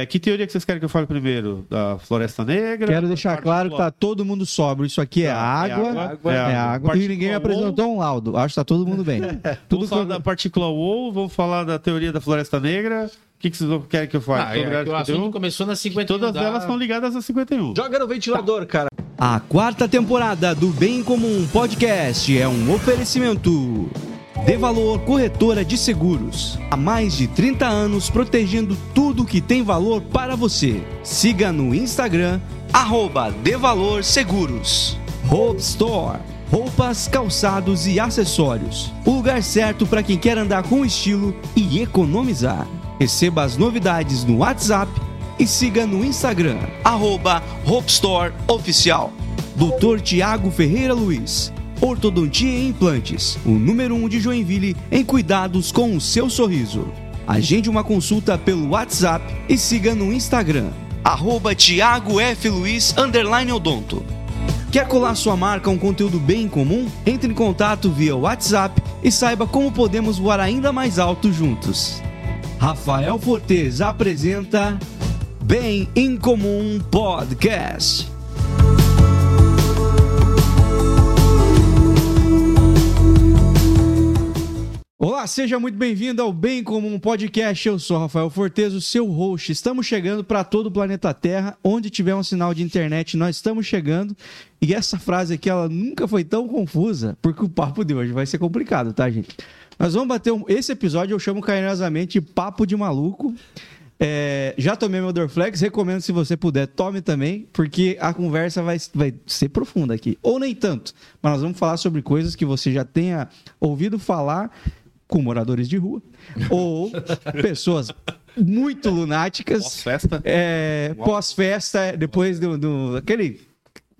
É, que teoria que vocês querem que eu fale primeiro? Da Floresta Negra? Quero deixar claro que tá todo mundo sóbrio. Isso aqui é Tá, é água, é água, água, é água. e ninguém me apresentou um laudo. Acho que tá todo mundo bem. Tudo Vamos falar que- da partícula UOL, vamos falar da teoria da Floresta Negra. O que, que vocês querem que eu fale? Ah, Sobre a é, área que o 51? assunto começou na um, 50 Todas elas estão ligadas a 51. Joga no Tá. ventilador, cara. A quarta temporada do Bem Comum Podcast é um oferecimento de valor corretora de seguros. Há mais de 30 anos protegendo tudo que tem valor para você. Siga no Instagram, arroba Devalor Seguros. Hope Store. Roupas, calçados e acessórios. O lugar certo para quem quer andar com estilo e economizar. Receba as novidades no WhatsApp e siga no Instagram, arroba Hope Store Oficial. Doutor Tiago Ferreira Luiz, Ortodontia e Implantes, o número 1 de Joinville em cuidados com o seu sorriso. Agende uma consulta pelo WhatsApp e siga no Instagram, arroba Tiago F. Luiz, underline odonto. Quer colar sua marca a um conteúdo bem comum? Entre em contato via WhatsApp e saiba como podemos voar ainda mais alto juntos. Rafael Fortes apresenta Bem Incomum Podcast. Olá, seja muito bem-vindo ao Bem Comum Podcast. Eu sou Rafael Fortes, o seu host. Estamos chegando para todo o planeta Terra, onde tiver um sinal de internet, nós estamos chegando. E essa frase aqui, ela nunca foi tão confusa, porque o papo de hoje vai ser complicado, tá, gente? Nós vamos bater um... esse episódio, eu chamo carinhosamente de papo de maluco. É, já tomei meu Dorflex, recomendo se você puder, tome também, porque a conversa vai, vai ser profunda aqui. Ou nem tanto, mas nós vamos falar sobre coisas que você já tenha ouvido falar com moradores de rua ou pessoas muito lunáticas. Pós-festa? É, pós-festa, depois do, do- aquele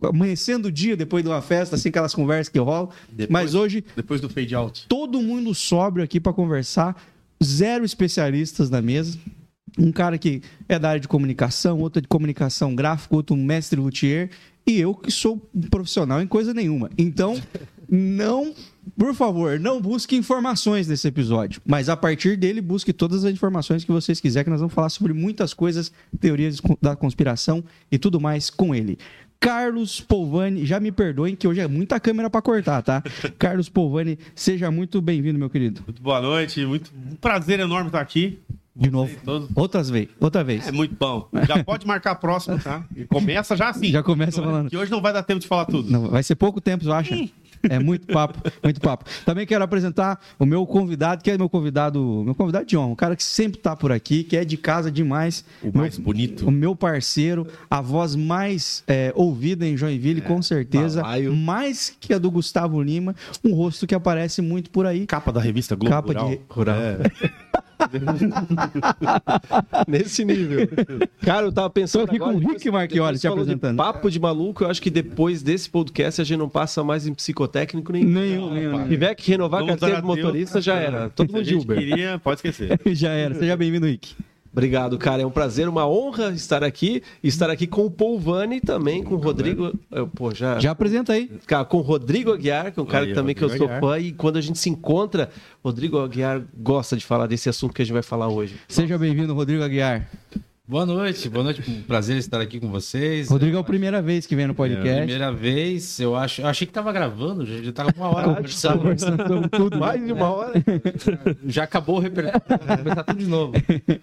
amanhecendo o dia depois de uma festa, assim aquelas conversas que rolam. Depois- Mas hoje Depois do fade out. todo mundo sóbrio aqui para conversar, zero especialistas na mesa. Um cara que é da área de comunicação, outro é de comunicação gráfica, outro um mestre luthier e eu que sou um profissional em coisa nenhuma. Então, não, por favor, não busque informações nesse episódio, mas a partir dele busque todas as informações que vocês quiserem, que nós vamos falar sobre muitas coisas, teorias da conspiração e tudo mais com ele. Carlos Polvani, já me perdoem que hoje é muita câmera pra cortar, tá? Carlos Polvani, seja muito bem-vindo, meu querido. Muito boa noite, muito um prazer enorme estar aqui. De novo. Todos. Outras vez, outra vez. É muito bom. Já pode marcar a próxima, tá? E começa já assim. Já começa falando. Que hoje não vai dar tempo de falar tudo. Não, vai ser pouco tempo, eu acho. É muito papo, muito papo. Também quero apresentar o meu convidado, que é meu convidado, meu convidado de honra, um cara que sempre tá por aqui, que é de casa demais. O Meu- mais bonito. O meu parceiro, a voz mais é, ouvida em É, Joinville, com certeza. balaio. Mais que a do Gustavo Lima, um rosto que aparece muito por aí. Capa da revista Globo Capa Rural. É. de- Rural. Nesse nível. Cara, eu tava pensando. Tô aqui com agora, o depois- Rick Marchiori depois te falou de apresentando. Papo de maluco, eu acho que depois desse podcast a gente não passa mais em psicotécnico nenhum. Nenhum, nenhum, Se nenhum. tiver que renovar a Vamos carteira dar de adeus. motorista, já era. Todo Se a mundo de gente Uber. queria, pode esquecer. Já era, seja bem-vindo, Rick. Obrigado, cara. É um prazer, uma honra estar aqui. Estar aqui com o Polvani também, com o Rodrigo. eu, pô, já. Já apresenta aí. Cara, com o Rodrigo Aguiar, que é um cara Aí, que também que eu Rodrigo sou fã, e quando a gente se encontra, Rodrigo Aguiar gosta de falar desse assunto que a gente vai falar hoje. Seja bem-vindo, Rodrigo Aguiar. Boa noite, boa noite. Um prazer estar aqui com vocês. Rodrigo é a primeira vez que vem no É a podcast. primeira vez, eu acho. Eu achei que tava gravando, já, já tava com uma hora. Tá conversando sobre tudo. Mais de uma hora. já acabou o repertório. Vai começar tudo de novo.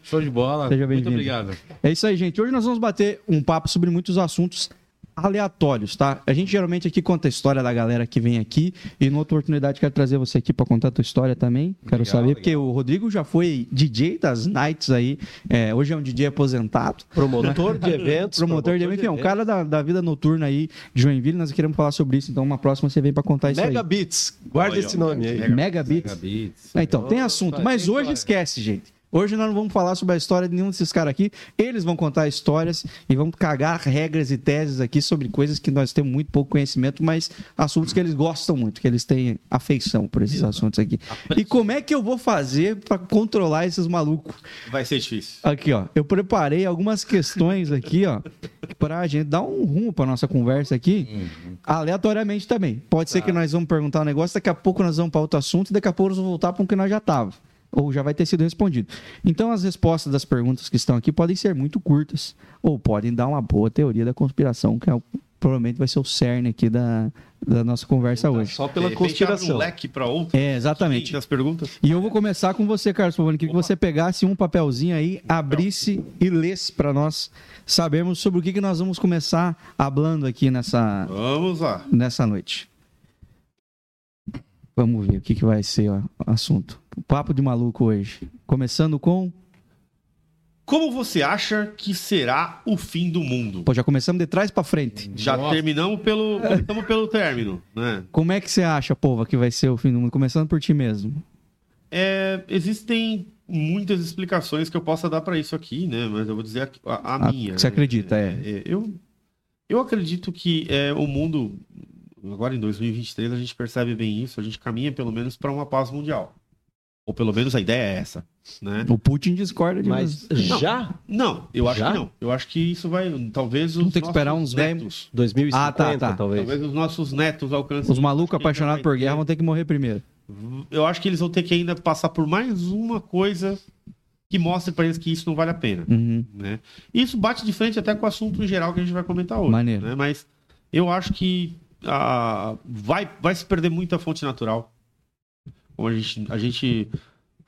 Show de bola. Seja Muito bem-vindo. obrigado. É isso aí, gente. Hoje nós vamos bater um papo sobre muitos assuntos aleatórios, tá? A gente geralmente aqui conta a história da galera que vem aqui e numa outra oportunidade quero trazer você aqui pra contar a tua história também. Quero Legal, saber legal. porque o Rodrigo já foi DJ das nights aí. É, hoje é um DJ aposentado. Promotor de eventos. Promotor de evento, enfim, é um cara da, da vida noturna aí de Joinville, nós queremos falar sobre isso, então uma próxima você vem pra contar isso aí. Megabits. Guarda Olha, esse nome aí. Megabits. Gabits. Ah, então, tem assunto. Opa, Mas tem hoje história. esquece, gente. Hoje nós não vamos falar sobre a história de nenhum desses caras aqui. Eles vão contar histórias e vão cagar regras e teses aqui sobre coisas que nós temos muito pouco conhecimento, mas assuntos que eles gostam muito, que eles têm afeição por esses assuntos aqui. E como é que eu vou fazer pra controlar esses malucos? Vai ser difícil. Aqui, ó. Eu preparei algumas questões aqui, ó, pra gente dar um rumo pra nossa conversa aqui, Então, aleatoriamente também. Pode ser que nós vamos perguntar um negócio, daqui a pouco nós vamos pra outro assunto, e daqui a pouco nós vamos voltar pra um que nós já tava. ou já vai ter sido respondido. Então, as respostas das perguntas que estão aqui podem ser muito curtas ou podem dar uma boa teoria da conspiração, que é, o- provavelmente vai ser o cerne aqui da, da nossa conversa hoje. Tá Só pela De repente, abre um conspiração. leque para outro. É, exatamente. Das perguntas. E eu vou começar com você, Carlos Pavone, que Então- Opa. você pegasse um papelzinho aí, abrisse e lesse para nós sabermos sobre o que, que nós vamos começar hablando aqui nessa, Vamos lá. nessa noite. Vamos ver o que, que vai ser ó, o assunto. O papo de maluco hoje. Começando com. Como você acha que será o fim do mundo? Pô, já começamos de trás para frente. Já Nossa. terminamos pelo, começamos pelo término, né? Como é que você acha, povo, que vai ser o fim do mundo? Começando por ti mesmo. É, existem muitas explicações que eu possa dar para isso aqui, né? Mas eu vou dizer a, a- a A- minha. Ah, que você né? acredita, é. É, eu, eu acredito que é, o mundo, agora em 2023, a gente percebe bem isso, a gente caminha pelo menos para uma paz mundial. Ou pelo menos a ideia é essa, né? O Putin discorda de Mas nós. já? Não, eu acho Já? que não. Eu acho que isso vai, talvez os Vamos ter que esperar nossos uns dez- netos, 2050, Ah, tá, tá. talvez. talvez os nossos netos alcancem. Os malucos apaixonados por guerra vão ter que morrer primeiro. Eu acho que eles vão ter que ainda passar por mais uma coisa que mostre para eles que isso não vale a pena. Uhum. né? Isso bate de frente até com o assunto em geral que a gente vai comentar hoje. Maneiro. né? Mas eu acho que ah, vai, vai se perder muita fonte natural. Como a gente, a gente-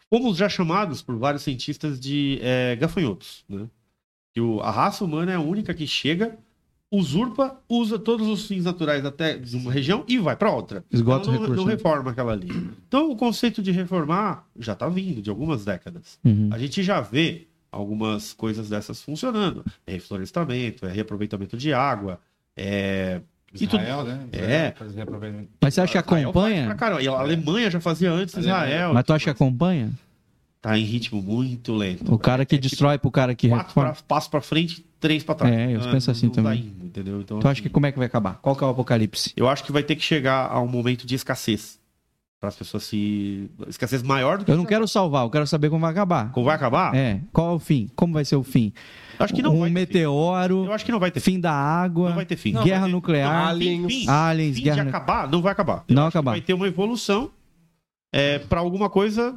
fomos já chamados por vários cientistas de eh, gafanhotos. Né? Que o- a raça humana é a única que chega, usurpa, usa todos os fins naturais até de uma região e vai para outra. Esgota o Ela não, recurso, não né? reforma aquela ali. Então o conceito de reformar já está vindo de algumas décadas. Uhum. A gente já vê algumas coisas dessas funcionando. É reflorestamento, é reaproveitamento de água, é... E tudo- Israel, né? É. Fazer aproveitamento. Mas você acha que Israel faz pra acompanha? caramba. E a Alemanha já fazia antes Alemanha. Israel. Mas tu acha que acompanha? Tá em ritmo muito lento. O cara que É tipo destrói pro cara que Quatro pra, reforma. passos pra frente, três pra trás. É, eu Ah, penso assim não tá também. indo, entendeu? Então, Tu assim, acha que como é que vai acabar? Qual que é o apocalipse? Eu acho que vai ter que chegar a um momento de escassez. Para as pessoas se... Escassez maior do que... Eu não quero salvar, eu quero saber como vai acabar. Vai acabar? É, qual é o fim? Como vai ser o fim? Ah. Acho que não um vai ter fim. meteoro, Eu acho que não vai ter fim. fim da água, Não vai ter fim. Não, guerra vai ter- nuclear, aliens. Fim, fim. aliens, fim de guerra nuclear. acabar, não vai acabar. Não acho que acabar. Vai ter uma evolução é, para alguma coisa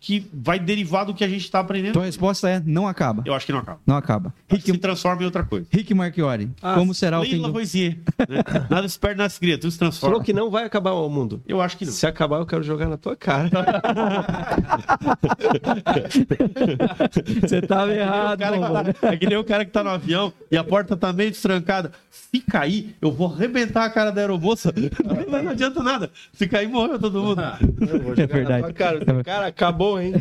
que vai derivar do que a gente está aprendendo. Então a resposta é não acaba. Eu acho que não acaba. Não acaba. Acho que Rick, se transforma em outra coisa. Rick Marchiori, Ah, como será o fim Leila do... Rosier. né? Nada se perde, nada se cria, tudo se transforma. Falou que não vai acabar o mundo. Eu acho que não. Se acabar, eu quero jogar na tua cara. Você tava O errado, um cara mano. que tá- é que nem o cara que tá no avião e a porta tá meio destrancada. Se cair, eu vou arrebentar a cara da aeromoça. Mas não adianta nada. Se cair, morreu todo mundo. É verdade. Tua cara, cara, acabou, hein?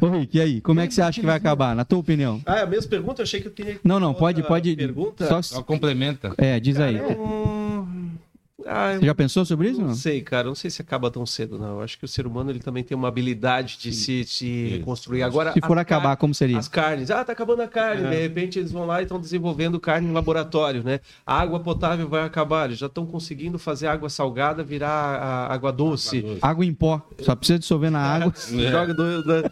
Ô, Rick, e aí? Como é que você acha que vai acabar? Na tua opinião? Ah, é a mesma pergunta? Eu achei que eu teria. Não, não, pode, outra pode... Pergunta? Só... Só complementa. É, diz aí. Hum, Ah, eu Você já pensou sobre isso? não não? sei, cara. eu Não sei se acaba tão cedo, não. Eu acho que o ser humano ele também tem uma habilidade de se, se reconstruir. Agora, Se for as acabar, como seria? É. As carnes. Ah, tá acabando a carne. De repente eles vão lá e estão desenvolvendo carne em laboratório, né? A água potável vai acabar. Eles já estão conseguindo fazer água salgada virar a- água doce. Água em pó. Só precisa dissolver na água. Joga do- da-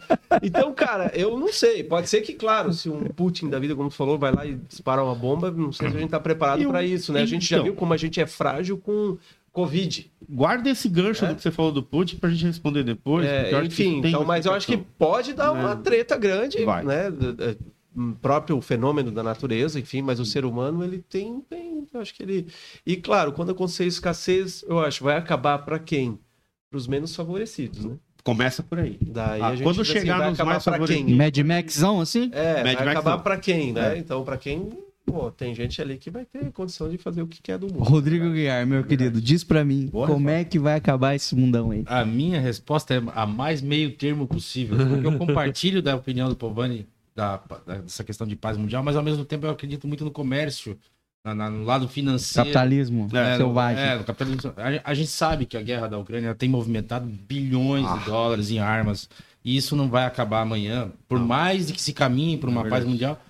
Então, cara, eu não sei. Pode ser que, claro, se um Putin da vida, como tu falou, vai lá e dispara uma bomba, não sei se a gente tá preparado Eu- pra isso, né? A gente já Então. viu como a gente é frágil com Covid. Guarda esse É? gancho do que você falou do Putin pra gente responder depois. É, porque eu acho que enfim, tem então, uma mas eu acho que explicação. pode dar uma Né? treta grande, Vai. né? d- d- um próprio fenômeno da natureza, enfim, mas o ser humano ele tem, tem, eu acho que ele e claro, quando acontecer escassez, eu acho vai acabar pra quem? Para os menos favorecidos, né? Começa por aí. Daí Ah, a gente quando diz chegar vai nos acabar mais pra favorecidos. É. quem? Mad Maxão, assim? É, Mad vai Max acabar não. pra quem, né? Então pra quem, pô, tem gente ali que vai ter condição de fazer o que quer do mundo. Rodrigo Guiar, meu querido, diz pra mim, Boa como resposta. é que vai acabar esse mundão aí? A minha resposta é a mais meio termo possível. Porque eu compartilho da opinião do Povani da, da- dessa questão de paz mundial, mas ao mesmo tempo eu acredito muito no comércio, na- na- no lado financeiro. Capitalismo É, selvagem. no- é, no capitalismo. A, a gente sabe que a guerra da Ucrânia ela tem movimentado bilhões Ah. de dólares em armas. E isso não vai acabar amanhã. Por mais que se caminhe É para uma paz mundial,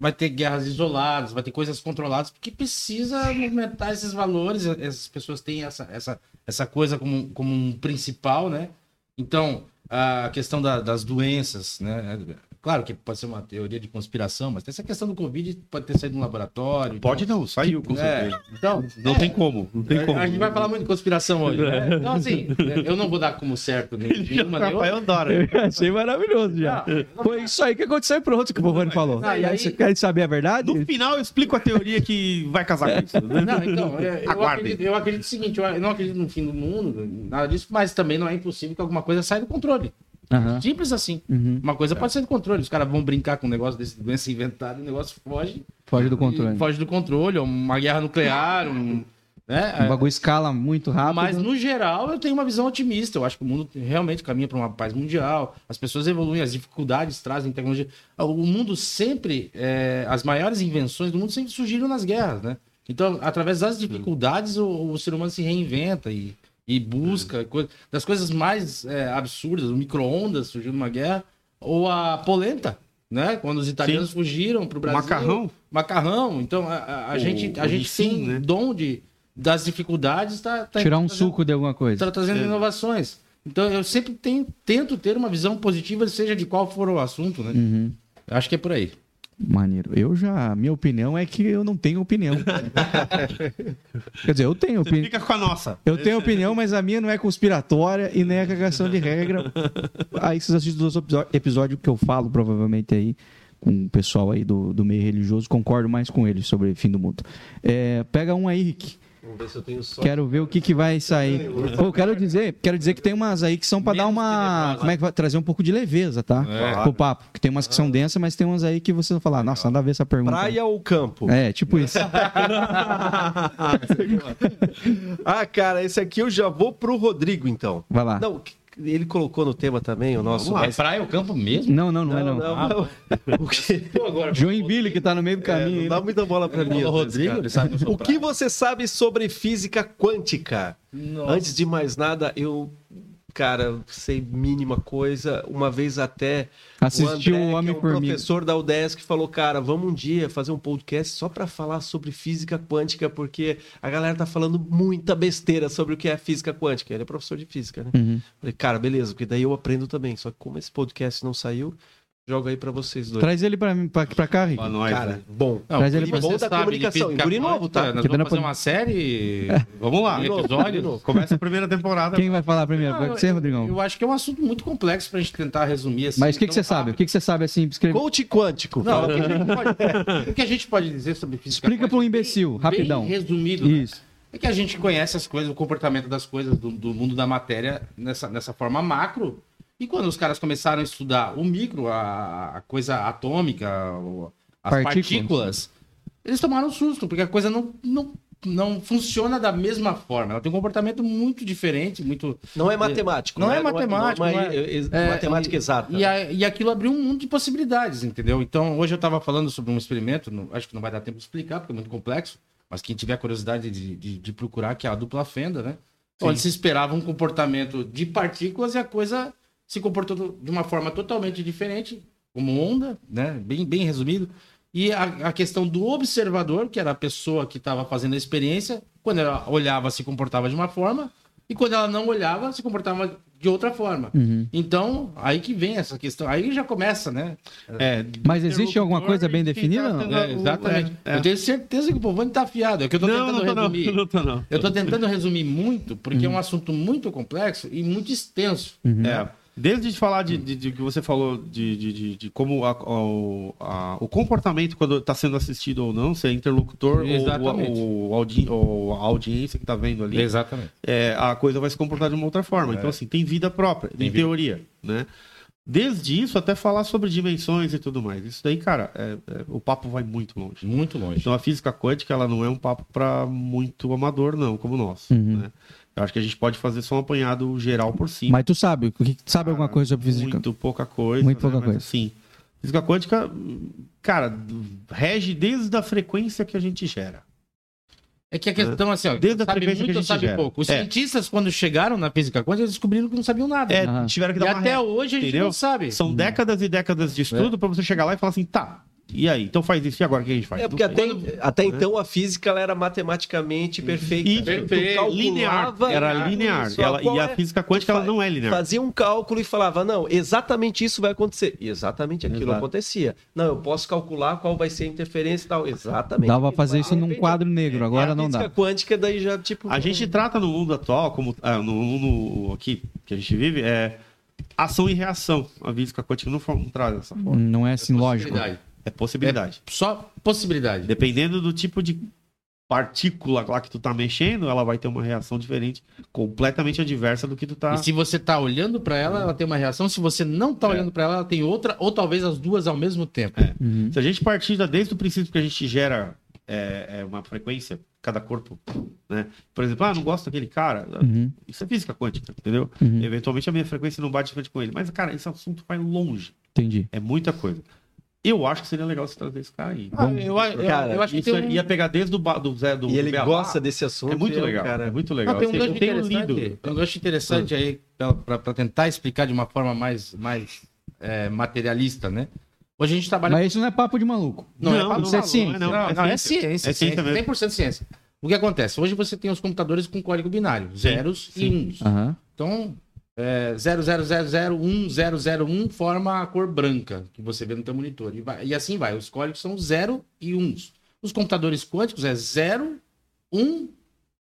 vai ter guerras isoladas, vai ter coisas controladas, porque precisa movimentar esses valores. Essas pessoas têm essa, essa, essa coisa como, como um principal, né? Então, a questão da- das doenças, né? Claro que pode ser uma teoria de conspiração, mas essa questão do Covid pode ter saído de um laboratório. Pode não, saiu, com É, certeza. então, Não tem como, não tem a- como. A gente vai falar muito de conspiração hoje. né? Então, assim, eu não vou dar como certo nem- nenhuma nem outra. Rafael Dora. Eu achei maravilhoso já. Foi isso aí que aconteceu e pronto que o Bovani falou. Ah, e aí- Você quer saber a No verdade? final eu explico a teoria que vai casar com isso. Né? Não, então, é, eu, Aguardem. acredito, eu acredito o seguinte, eu não acredito no fim do mundo, nada disso, mas também não é impossível que alguma coisa saia do controle. Aham. Simples assim. Uhum. Uma coisa pode sair do controle. Os caras vão brincar com um negócio desse doença inventada, e o negócio foge. Foge do e controle. Foge do controle, ou uma guerra nuclear, um. Né? O bagulho escala muito rápido. Mas, no geral, eu tenho uma visão otimista. Eu acho que o mundo realmente caminha para uma paz mundial. As pessoas evoluem, as dificuldades trazem tecnologia. O mundo sempre. é, as maiores invenções do mundo sempre surgiram nas guerras, né? Então, através das dificuldades, o, o ser humano se reinventa e, e busca. coisa- das coisas mais é, absurdas, o micro-ondas surgiu numa guerra, ou a polenta. Né? Quando os italianos fugiram para o Brasil. Macarrão? Macarrão. Então, a, a- a O- gente, a o gente ricin, tem né? dom de, das dificuldades. Tá, tá Tirar um trazendo- suco de alguma coisa. Tá trazendo É. inovações. Então, eu sempre tenho- tento ter uma visão positiva, seja de qual for o assunto, né? Uhum. Eu Acho que é por aí. Maneiro. Eu já. Minha opinião é que eu não tenho opinião. Quer dizer, eu tenho Você opinião. fica com a nossa. Eu tenho opinião, mas a minha não é conspiratória e nem é cagação de regra. Aí vocês assistem os outros episó- episódios que eu falo, provavelmente, aí, com o pessoal aí do, do meio religioso, concordo mais com eles sobre o fim do mundo. É, pega um aí, Rick. Vamos ver se eu tenho sorte. Quero ver o que, que vai sair. Pô, quero dizer, quero dizer que tem umas aí que são pra dar uma. Como é que vai? Trazer um pouco de leveza, tá? É. Pro papo. Que tem umas que são densas, mas tem umas aí que você vai falar, nossa, nada a ver essa pergunta. Praia ou campo? É, tipo isso. ah, cara, esse aqui eu já vou pro Rodrigo, então. Vai lá. Não, ele colocou no tema também o nosso. É praia ou campo mesmo? Não, não, não é não. não. O que- Pô, agora. Joinville que tá no meio do É, caminho. não hein? dá muita bola pra mim. O às vezes, Rodrigo, cara. ele sabe que eu sou O que você sabe sobre física quântica? Nossa. Antes de mais nada, eu, cara, sei mínima coisa. Uma vez até Assistiu André, o que é um Homem-Formiga. professor da UDESC falou, cara, vamos um dia fazer um podcast só pra falar sobre física quântica, porque a galera tá falando muita besteira sobre o que é física quântica. Ele é professor de física, né? Uhum. Falei, cara, beleza, porque daí eu aprendo também. Só que como esse podcast não saiu, jogo aí pra vocês dois. Traz ele pra, mim, pra, pra cá, Rick. Pra nós. Cara, né? bom. Não, Mas o ele- que você Bom da sabe de comunicação, física e guri novo, tá? quântica, Nós Que vamos dá fazer pra- uma série, Vamos lá. um novo, de episódio. novo. Começa a primeira temporada. Quem vai falar primeiro? Não, Você, eu- É, Rodrigão. Eu acho que é um assunto muito complexo pra gente tentar resumir assim. Mas o que, que tão você sabe? O rápido. que, que você sabe assim? Escreve... Coach quântico. Não, é o que a gente pode- o que a gente pode dizer sobre física Explica quântica pro é bem- imbecil, bem rapidão. resumido, né? Isso. É que a gente conhece as coisas, o comportamento das coisas do, do mundo da matéria nessa, nessa forma macro. E quando os caras começaram a estudar o micro, a, a coisa atômica, o- as Partículas. partículas. eles tomaram um susto, porque a coisa não, não, não funciona da mesma forma. Ela tem um comportamento muito diferente, muito. Não é matemático. Não né? é matemático, Não é, não é- ex- é, matemática e- exata. né? E, a- e aquilo abriu um mundo de possibilidades, entendeu? Então, hoje eu estava falando sobre um experimento, não- acho que não vai dar tempo de explicar, porque é muito complexo, mas quem tiver curiosidade de, de- de procurar, que é a dupla fenda, né? Onde se esperava um comportamento de partículas e a coisa se comportou de uma forma totalmente diferente, como onda, né? Bem, bem resumido. E a, a questão do observador, que era a pessoa que estava fazendo a experiência, quando ela olhava, se comportava de uma forma, e quando ela não olhava, se comportava de outra forma. Então, aí que vem essa questão. Aí já começa, né? É, Mas existe alguma coisa bem definida? Não? É, exatamente. É, é. Eu tenho certeza que o Povani tá afiado. É que eu tô Não, tentando não tô não. resumir. Não Uhum. tô não. Eu tô tentando resumir muito, porque é um assunto muito complexo e muito extenso. É, desde de falar de, de- de que você falou de, de- de- de como a- o, a- o comportamento quando está sendo assistido ou não, se é interlocutor Exatamente. ou, o- o audi- ou a audiência que está vendo ali, Exatamente. é, a coisa vai se comportar de uma outra forma. Então, assim, tem vida própria, em vida. teoria, né? Desde isso até falar sobre dimensões e tudo mais. Isso daí, cara, é- é, o papo vai muito longe. Muito longe. Então a física quântica ela não é um papo para muito amador não, como o nosso. né? Eu acho que a gente pode fazer só um apanhado geral por cima. Mas tu sabe, o que- tu sabe alguma Cara, coisa sobre física? Muito pouca coisa. Muito pouca coisa. Sim. Física quântica, cara, rege desde a frequência que a gente gera. É que a questão, assim, ó, Desde a sabe frequência que a muito, gente sabe gera. pouco. Os É. cientistas, quando chegaram na física quântica, eles descobriram que não sabiam nada. É, Aham. Uhum. tiveram que E dar uma até ré. hoje a gente entendeu? não sabe. É. São décadas e décadas de estudo pra você chegar lá e falar assim, tá, E aí? Então faz isso. E agora o que a gente faz? É porque Não até, sei. até então a física ela era matematicamente perfeita. Isso, Perfeito. calculava- linear. Era linear. Isso, Ela- qual e é? a física quântica ela não é linear. Fazia um cálculo e falava, não, exatamente isso vai acontecer. E exatamente aquilo Exato. acontecia. Não, eu posso calcular qual vai ser a interferência e tal. Exatamente. É Dava pra fazer isso num quadro negro, agora a não dá. física quântica daí já, tipo... A gente trata no mundo atual, como ah, no mundo aqui que a gente vive, é ação e reação. A física quântica não, fa- não traz essa forma. Não é assim, lógico. Possibilidade. É possibilidade. Só possibilidade. Dependendo do tipo de partícula lá que tu tá mexendo, ela vai ter uma reação diferente, completamente adversa do que tu tá. E se você tá olhando pra ela, ela tem uma reação. Se você não tá É. olhando pra ela, ela tem outra, ou talvez as duas ao mesmo tempo. Uhum. Se a gente partir da- desde o princípio que a gente gera é, é, uma frequência, cada corpo, né? Por exemplo, ah, não gosto daquele cara. Uhum. Isso é física quântica, entendeu? Uhum. Eventualmente a minha frequência não bate de frente com ele. Mas, cara, esse assunto vai longe. Entendi. É muita coisa. Eu acho que seria legal você trazer esse cara aí. Ah, eu, eu- Cara, eu acho que Isso é tem um, ia pegar desde o ba- do Zé do E ele Beabá. gosta desse assunto. um É muito e um legal. É Cara, muito legal. Não, tem um Eu gancho tenho interessante, lido. tem um gancho interessante aí para tentar explicar de uma forma mais, mais é, materialista, né? Hoje a gente trabalha Mas isso não é papo de maluco. Não, é papo- isso é ciência. não, Não, não, é ciência. É ciência mesmo. 100% ciência. O que acontece? Hoje você tem os computadores com código binário, zeros e uns. Aham. Então, é, 0000101 forma a cor branca que você vê no teu monitor. E, vai- e assim vai. Os códigos são 0 e 1. Os computadores quânticos é 0, 1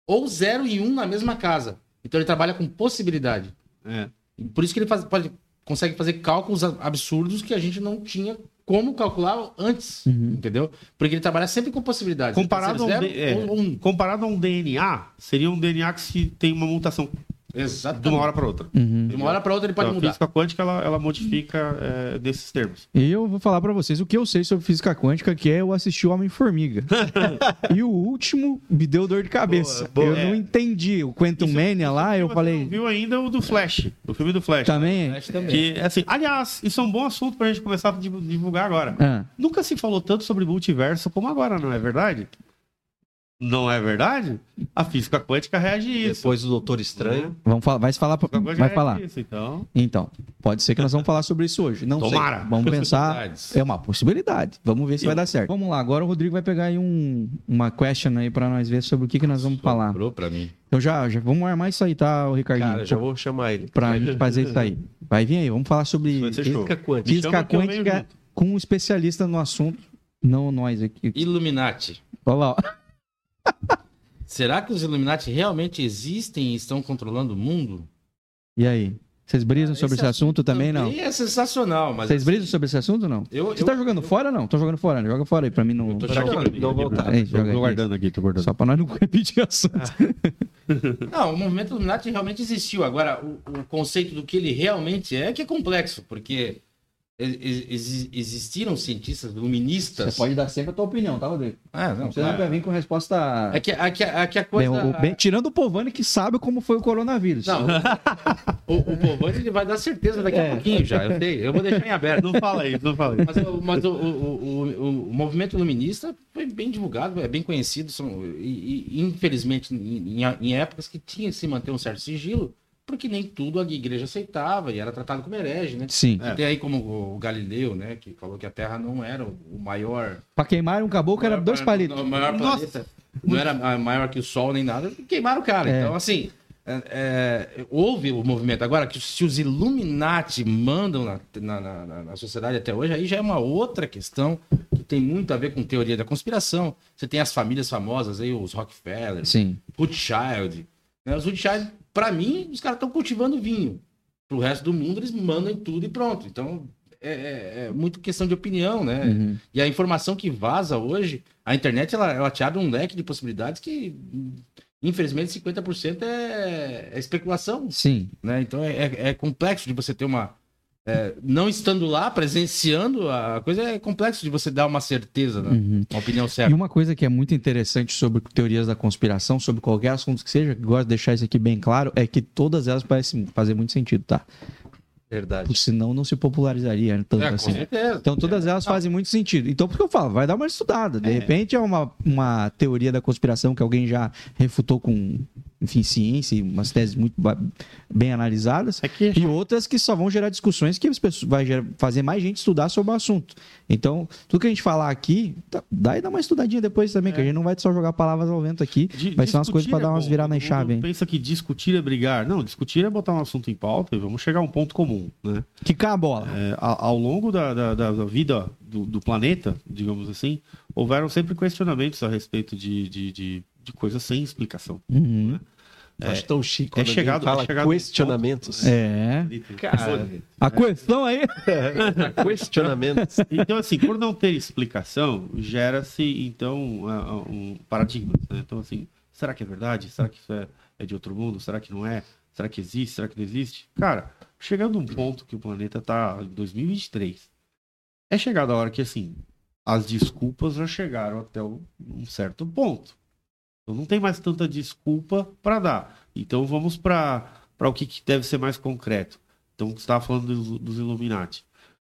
ou 0 e 1 na mesma casa. Então ele trabalha com possibilidade. É. E Por isso que ele faz- pode- consegue fazer cálculos a- absurdos que a gente não tinha como calcular antes, Uhum. entendeu? Porque ele trabalha sempre com possibilidades. Comparado Ele a um pode ser de- zero é. ou um. Comparado a um DNA, seria um DNA que se tem uma mutação de uma Exatamente. hora para outra. Uhum. De uma hora para outra ele pode Então, a mudar. física quântica ela, ela modifica é, desses termos. E eu vou falar pra vocês o que eu sei sobre física quântica, que é eu assisti o Homem-Formiga. e o último me deu dor de cabeça. Boa, eu boa. É. não entendi. O Quantum Mania lá, eu Você não falei. viu ainda o do Flash, o filme do Flash. Também. é." Acho também. Que, assim, aliás, isso é um bom assunto pra gente começar a div- divulgar agora. Ah, Nunca se falou tanto sobre multiverso como agora, não é verdade? Não é verdade? A física quântica reage a isso. Uhum. depois do Doutor Estranho. vamos falar, vai se é falar, A física quântica vai reage falar. a Isso, então. Então, pode ser que nós vamos falar sobre isso hoje. Não Tomara. sei. Vamos Ah, pensar. Possibilidades. É uma possibilidade. Vamos ver se vai dar certo. Vamos lá, agora o Rodrigo vai pegar aí um, uma question aí pra nós ver sobre o que, que nós vamos falar. Sobrou pra mim. Então já, já vamos armar isso aí, tá, o Ricardinho? Cara, já vou chamar ele. Pra gente fazer isso aí. Vai vir aí, vamos falar sobre Vai ser show. Física quântica. Me física chama que eu venho quântica junto. com um especialista no assunto, não nós aqui. Illuminati. Olha lá, ó. Será que os Illuminati realmente existem e estão controlando o mundo? E aí? Vocês brisam Cara, sobre Ah, esse esse assunto, também, não? Também é sensacional, mas. Vocês brisam sobre esse assunto, não? Eu, Você tá jogando fora, não? Tô jogando fora, né? joga fora aí pra mim não... Eu tô Pra jogando. não voltar. É, joga aí. Tô guardando aqui, tô guardando. Só pra nós não repetir Ah, assunto. Não, o movimento Illuminati realmente existiu. Agora, o, o conceito do que ele realmente é que é complexo, porque e- e- exi- existiram cientistas luministas. dar sempre a tua opinião, tá, Rodrigo? Ah, não, claro. vir com resposta... É que, é que- é que a coisa. tirando o Povani que sabe como foi o coronavírus. Não. O, o Povani ele vai dar certeza daqui É. a pouquinho já. Eu sei. Eu vou deixar em aberto. Não fala isso, não fala isso. Mas, o- mas o, o- o- o- o movimento iluminista foi bem divulgado, é bem conhecido, são, e, e, infelizmente, em, em- em épocas que tinha que se manter um certo sigilo, porque nem tudo a igreja aceitava e era tratado como herege, né? Sim. É. Tem aí como o Galileu, né, que falou que a Terra não era o o maior... Pra queimar um caboclo era maior dois pla- palitos. o maior Nossa. planeta. Não era ah, maior que o Sol nem nada, e queimaram o cara. É. Então, assim, é, é, houve o movimento. Agora, que se os Illuminati mandam na, na, na- na- na sociedade até hoje, aí já é uma outra questão que tem muito a ver com teoria da conspiração. Você tem as famílias famosas aí, os Rockefeller, Sim. Rothschild. Né? Os Rothschild, pra mim, os caras estão cultivando vinho. Pro resto do mundo, eles mandam tudo e pronto. Então, é, é- é muito questão de opinião, né? Uhum. E a informação que vaza hoje, a internet, ela, ela te abre um leque de possibilidades que, infelizmente, 50% é, é especulação, Sim. né? Então é, é- é complexo de você ter uma... é, não estando lá, presenciando a coisa, é complexo de você dar uma certeza, né? Uhum. uma opinião E certa. uma coisa que é muito interessante sobre teorias da conspiração, sobre qualquer assunto que seja, que gosto de deixar isso aqui bem claro, é que todas elas parecem fazer muito sentido, tá? Verdade. Porque senão não se popularizaria tanto É, com assim. certeza. Então todas elas fazem muito sentido. Então por que eu falo? Vai dar uma é estudada. De repente é uma, uma teoria da conspiração que alguém já refutou com enfim, ciência, e umas teses muito ba- bem analisadas, É que e outras que só vão gerar discussões que as pessoas, vai gerar- fazer mais gente estudar sobre o assunto. Então, tudo que a gente falar aqui, tá- dá e dá uma estudadinha depois também, que a gente não vai só jogar palavras ao vento aqui. Di- vai ser umas É. discutir coisas pra é dar umas bom. viradas na Todo mundo chave, hein? Pensa que discutir é brigar. Não, discutir é botar um assunto em pauta e vamos chegar a um ponto comum, né? Quicar a bola. É, a- ao longo da, da- da- da vida do, do planeta, digamos assim, houveram sempre questionamentos a respeito de, de, de- de coisas sem explicação. Uhum. Acho tão chique. É quando alguém chegado- fala é chegado questionamentos. É. Cara, A questão aí. questionamentos. Então, assim, por não ter explicação, gera-se, então, a- a- um paradigma. né? Então, assim, será que é verdade? Será que isso é, é de outro mundo? Será que não é? Será que existe? Será que não existe? Cara, chegando um ponto que o planeta tá em 2023, é chegada a hora que, assim, as desculpas já chegaram até um um certo ponto. Então, não tem mais tanta desculpa para dar. Então, vamos para o que, que deve ser mais concreto. Então, você estava falando dos, dos Illuminati.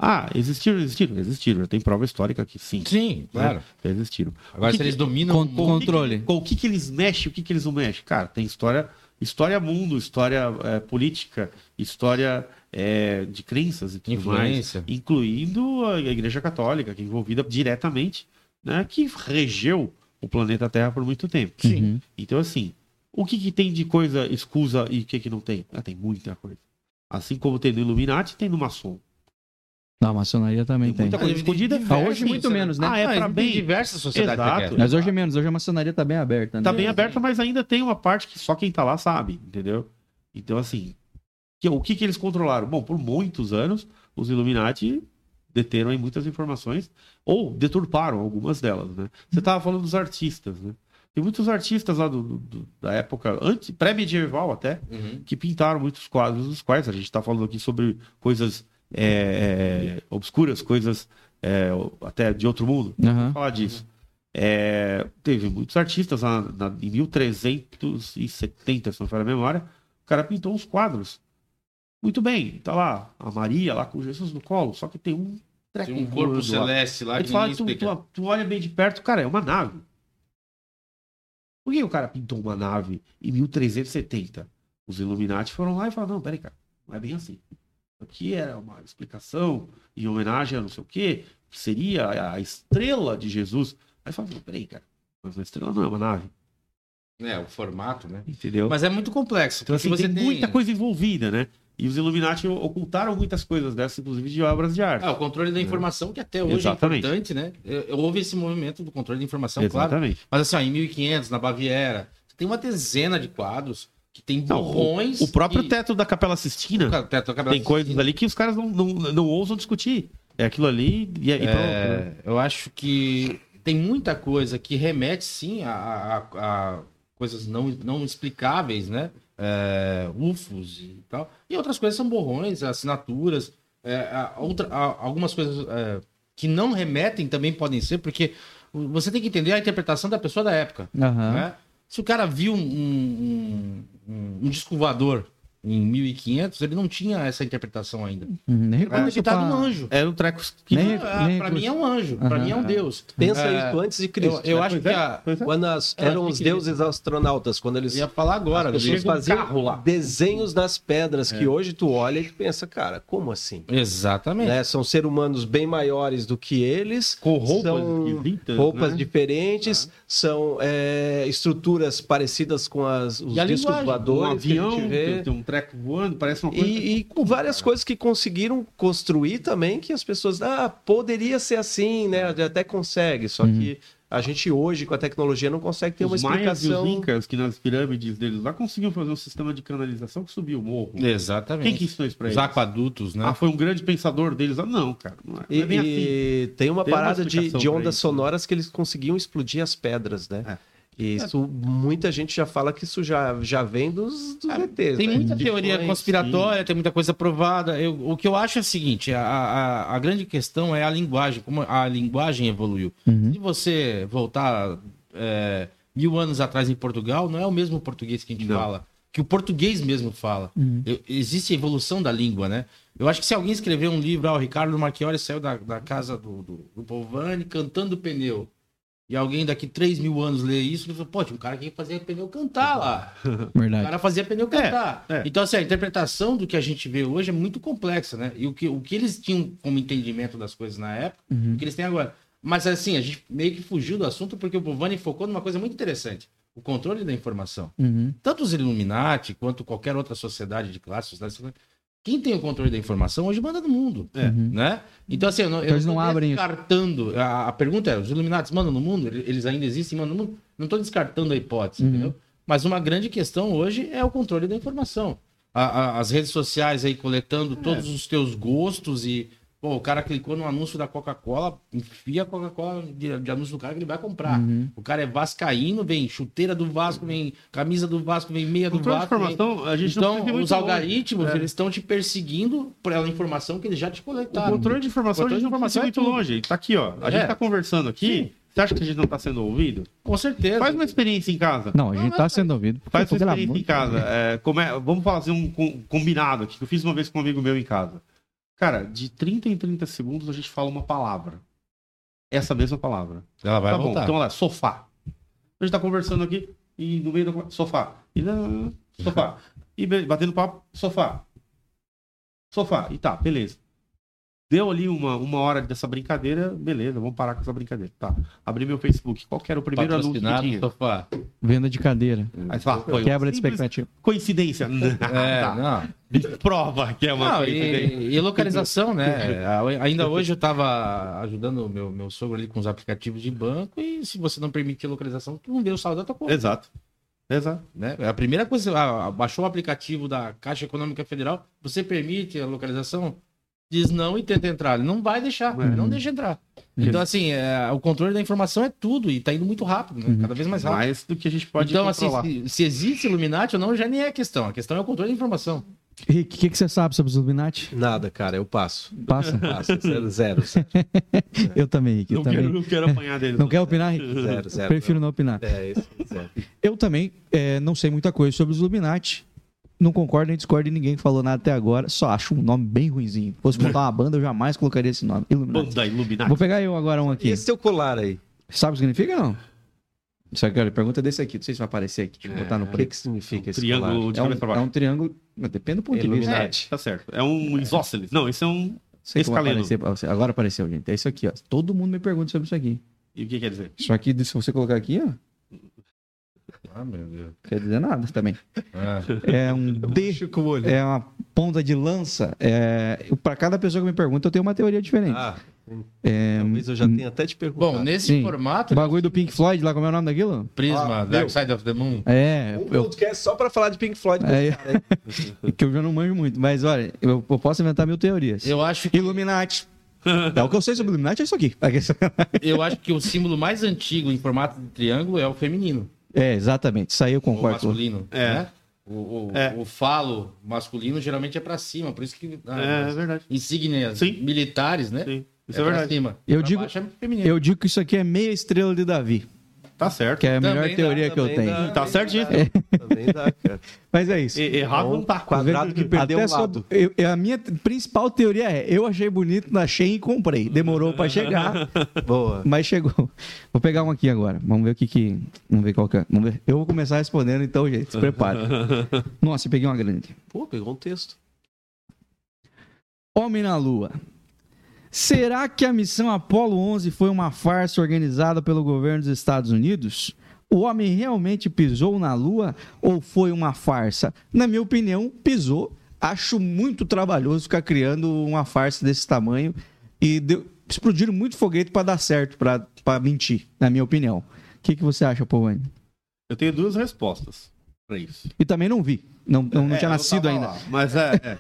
Ah, existiram, existiram, existiram. Tem prova histórica que sim, Sim, claro. existiram. Agora, que se eles que- dominam Con- o mundo, O que que- Controle. com o que, que eles mexem, o que, que eles não mexem? Cara, tem história, história mundo, história eh, política, história eh, de crenças e tudo mais. influência. Incluindo a Igreja Católica, que é envolvida diretamente, né, que regeu o planeta Terra por muito tempo. Uhum. Então, assim, o que, que tem de coisa escusa e o que, que não tem? Ah, tem muita coisa. Assim como tem no Illuminati, tem no maçom. Na maçonaria também tem. Tem muita coisa escondida. Diversas, hoje muito menos, né? Ah, é pra bem. diversas sociedades. Exato. secretas. Mas hoje é menos, hoje a maçonaria tá bem aberta, né? Tá bem aberta, mas ainda tem uma parte que só quem tá lá sabe, entendeu? Então, assim, que- o que, que eles controlaram? Bom, por muitos anos, os Illuminati deteram aí muitas informações, ou deturparam algumas delas, né? Você tava falando dos artistas, né? Tem muitos artistas lá do, do- do- da época, antes, pré-medieval até, Uhum. que pintaram muitos quadros, dos quais a gente está falando aqui sobre coisas é, é, obscuras, coisas é, até de outro mundo Aham. falar disso. É, teve muitos artistas lá na- em 1370, se não for a memória. O cara pintou uns quadros. Muito bem, tá lá a Maria lá com Jesus no colo, só que tem um treco Tem um corpo voando lá. celeste lá Aí que tu, fala, ninguém tu, explica. tu- tu olha bem de perto, cara, é uma nave. Por que o cara pintou uma nave em 1370? Os Illuminati foram lá e falaram, não, peraí, cara, não é bem assim. Isso aqui era uma explicação em homenagem a não sei o quê, que seria a- a estrela de Jesus. Aí fala, não, peraí, cara, mas uma estrela não é uma nave, É, o formato, né? entendeu? Mas é muito complexo. Então, porque assim, tem, tem- muita coisa envolvida, né? E os Illuminati ocultaram muitas coisas dessas, inclusive de obras de arte. Ah, o controle da informação, que até hoje Exatamente. é importante, né? Eu- eu- Houve esse movimento do controle da informação, claro. Exatamente. Mas assim, ó, em 1500, na Baviera, tem uma dezena de quadros que tem Não, o- borrões. O próprio e... teto da Capela Sistina. Cara, teto acaba- Tem coisas ali que os caras não, não, não ousam discutir. É aquilo ali e, é- e pronto. É, eu acho que tem muita coisa que remete, sim, a, a- a coisas não, não explicáveis, né? É, UFOs e tal. E outras coisas são borrões, assinaturas. é, a- outra- a- algumas coisas é, que não remetem também podem ser, porque você tem que entender a interpretação da pessoa da época. Aham. É. né? Se o cara viu um, um, um, um disco voador em 1500, ele não tinha essa interpretação ainda. Uhum. Nem Ele pode recomendo ter dado pra- um anjo. Era um treco que Nem- Não, ah, nem pra recurso. mim é um anjo, pra Aham, mim é um é. deus. Pensa É, isso antes de Cristo. Eu, eu né? acho que a, Pois é. Quando as- Eu acho eram que os que- deuses astronautas, quando eles ia falar agora, As pessoas chega um faziam carro lá. desenhos nas pedras É. que hoje tu olha e tu pensa, cara, como assim? Exatamente. Né? São seres humanos bem maiores do que eles, com roupas são esquisitas, roupas né? diferentes, são é, estruturas parecidas com as, os E a discos linguagem, Um voadores que a avião, gente tem, vê. tem um treco voando, parece uma coisa. é E, e com várias coisas que conseguiram construir também, que as pessoas, ah, poderia ser assim, né? Até consegue, só que a gente hoje, com a tecnologia, não consegue ter uma Uhum. os maias e explicação. os incas, que nas pirâmides deles lá conseguiam fazer um sistema de canalização que subiu o morro. É. Quem Exatamente. que ensinou isso pra Os eles? aquadutos, né? Ah, foi um grande pensador deles. Ah, não, cara. Não é, E, não é bem assim. e tem uma Tem uma parada de, explicação de pra ondas isso, né? É. sonoras que eles conseguiam explodir as pedras, né? E isso, muita gente já fala que isso já, já vem dos, dos É, ETs. Tem né? muita De teoria fãs. conspiratória, tem muita coisa provada. Eu- o que eu acho é o seguinte: a, a, a grande questão é a linguagem, como a linguagem evoluiu. Uhum. Se você voltar é, mil anos atrás em Portugal, não é o mesmo português que a gente Não. fala, que o português mesmo fala. Uhum. Eu- existe a evolução da língua, né? Eu acho que se alguém escrever um livro, ah, o Ricardo Marchiori saiu da, da casa do, do, do Povani cantando pneu. e alguém daqui 3 mil anos ler isso, ele fala, pô, tinha um cara que fazia pneu cantar lá. O Verdade. cara fazia pneu cantar. é. Então, assim, a interpretação do que a gente vê hoje é muito complexa, né? E o que, o que eles tinham como entendimento das coisas na época, Uhum. o que eles têm agora. Mas, assim, a gente meio que fugiu do assunto porque o Bovani focou numa coisa muito interessante. O controle da informação. Uhum. Tanto os Illuminati quanto qualquer outra sociedade de classe, sociedade... quem tem o controle da informação hoje manda no mundo. É. Uhum. Né? Então, assim, eu não, Então eles eu não tô abrem isso. descartando. A, a pergunta é: os Illuminatis mandam no mundo? Ele- Eles ainda existem, mandam no mundo? Não estou descartando a hipótese, Uhum. entendeu? Mas uma grande questão hoje é o controle da informação. A- a- as redes sociais aí coletando todos os teus gostos e. Pô, o cara clicou no anúncio da Coca-Cola, enfia a Coca-Cola de, de anúncio do cara que ele vai comprar. Uhum. O cara é vascaíno, vem chuteira do Vasco, vem camisa do Vasco, vem meia do Controle de Vasco. vem- informação, a gente não Então, precisa ir muito os longe. algoritmos, É. eles estão te perseguindo pela informação que eles já te O coletaram. controle de informação a Controle gente de não precisa ir informação muito é tudo. longe. Tá aqui, ó. A gente É. tá conversando aqui. Você acha que a gente não tá sendo ouvido? Com certeza. Faz um- uma experiência em casa. Não, a gente tá sendo ouvido. Faz Pô, uma pelo experiência amor em de casa. É, como é- vamos fazer um com- combinado aqui, que eu fiz uma vez com um amigo meu em casa. Cara, de 30 em 30 segundos a gente fala uma palavra. Essa mesma palavra. Ela vai tá bom, então olha lá, sofá. A gente tá conversando aqui e no meio da conversa, sofá. E lá, sofá. E be- batendo papo, sofá. Sofá. E tá, beleza. Deu ali uma, uma hora dessa brincadeira, beleza, vamos parar com essa brincadeira. Tá. Abri meu Facebook. Qual que era o primeiro anúncio que tinha? sofá. Venda de cadeira. Aí você fala, foi Quebra de simples expectativa. Coincidência. É, Tá. não. Prova que é uma Não, coincidência. e, e localização, né? A- Ainda hoje eu tava ajudando o meu, meu sogro ali com os aplicativos de banco e se você não permitir localização, tu não vê o saldo da tua conta. Exato. Exato. né? A primeira coisa, a- a- baixou o aplicativo da Caixa Econômica Federal, você permite a localização? Diz não e tenta entrar. Ele não vai deixar, É. Uhum. não deixa entrar. Então, assim, é, o controle da informação é tudo e tá indo muito rápido, né? cada vez mais Uhum. rápido. Mais do que a gente pode então, assim, controlar. se, se existe Illuminati ou não, já nem é a questão. A questão é o controle da informação. Rick, o que, que você sabe sobre os Illuminati? Nada, cara, eu passo. Passa. Passo, zero, zero, Eu também, Rick. Eu não, também. quero, não quero apanhar dele. Não quer opinar, Rick? zero, zero. Prefiro não opinar. É, isso, zero. Eu também é, não sei muita coisa sobre os Illuminati. Não concordo nem discordo de ninguém que falou nada até agora. Só acho um nome bem ruinzinho. Se fosse montar uma banda, eu jamais colocaria esse nome. Illuminati. Banda Illuminati. Vou pegar eu agora um E aqui. esse teu colar aí? Sabe o que significa não? Só que olha, pergunta é desse aqui. Não sei se vai aparecer aqui. Deixa eu botar no O que, preto. que significa esse Triângulo de É um, cabeça pra é baixo. um triângulo. mas Depende do ponto de vista. Illuminati. É, tá certo. É um isósceles. Não, esse é um. Não Sei como Escaleno. aparecer pra você. Agora apareceu, gente. É isso aqui, ó. Todo mundo me pergunta sobre isso aqui. E o que quer dizer? Isso aqui, se você colocar aqui, ó, não Ah, meu Deus. quer dizer nada também. É um D colar? com o olho. é uma ponta de lança. É... Para cada pessoa que me pergunta, eu tenho uma teoria diferente. Ah, É. talvez eu hum, já tenha até te perguntado. Bom, nesse Sim. formato, o Ah. bagulho do Pink Floyd, lá como é o nome daquilo? Prisma, Ah, Dark meu. Side of the Moon. É, um eu, podcast só pra falar de Pink Floyd. é, que eu já não manjo muito. Mas olha, eu, eu posso inventar mil teorias. Eu acho, que, Illuminati. É, o que eu sei sobre Illuminati é isso aqui. eu acho que o símbolo mais antigo em formato de triângulo é o feminino, É, exatamente. Isso aí eu o concordo. masculino. É. né? O, o- É. o falo masculino geralmente é pra cima, por isso que ah, É, é as verdade. insígnias Sim. militares, né? Sim. Isso É é, pra verdade. cima. Eu Pra digo- baixo é feminino. Eu digo que isso aqui é meia estrela de Davi, Tá certo. que é a Também melhor dá, teoria que eu tenho. Tá certinho. Também dá, cara. Mas é isso. E- errado não tá. Quadrado que perdeu Até um lado. sobre- eu- eu- a minha principal teoria é: eu achei bonito, achei e comprei. Demorou pra chegar, Boa. mas chegou. Vou pegar um aqui agora. Vamos ver o que que. Vamos ver qual que é. Vamos ver. Eu vou começar respondendo, então, gente, se prepare. Nossa, eu peguei uma grande. Pô, pegou um texto. Homem na Lua. Será que a missão Apollo 11 foi uma farsa organizada pelo governo dos Estados Unidos? O homem realmente pisou na Lua ou foi uma farsa? Na minha opinião, pisou. Acho muito trabalhoso ficar criando uma farsa desse tamanho e deu- explodiram muito foguete para dar certo, para mentir, na minha opinião. O que, que você acha, Pauane? Eu tenho duas respostas pra isso. E também não vi, não, não- não É, tinha eu nascido tava ainda. lá, mas é, é.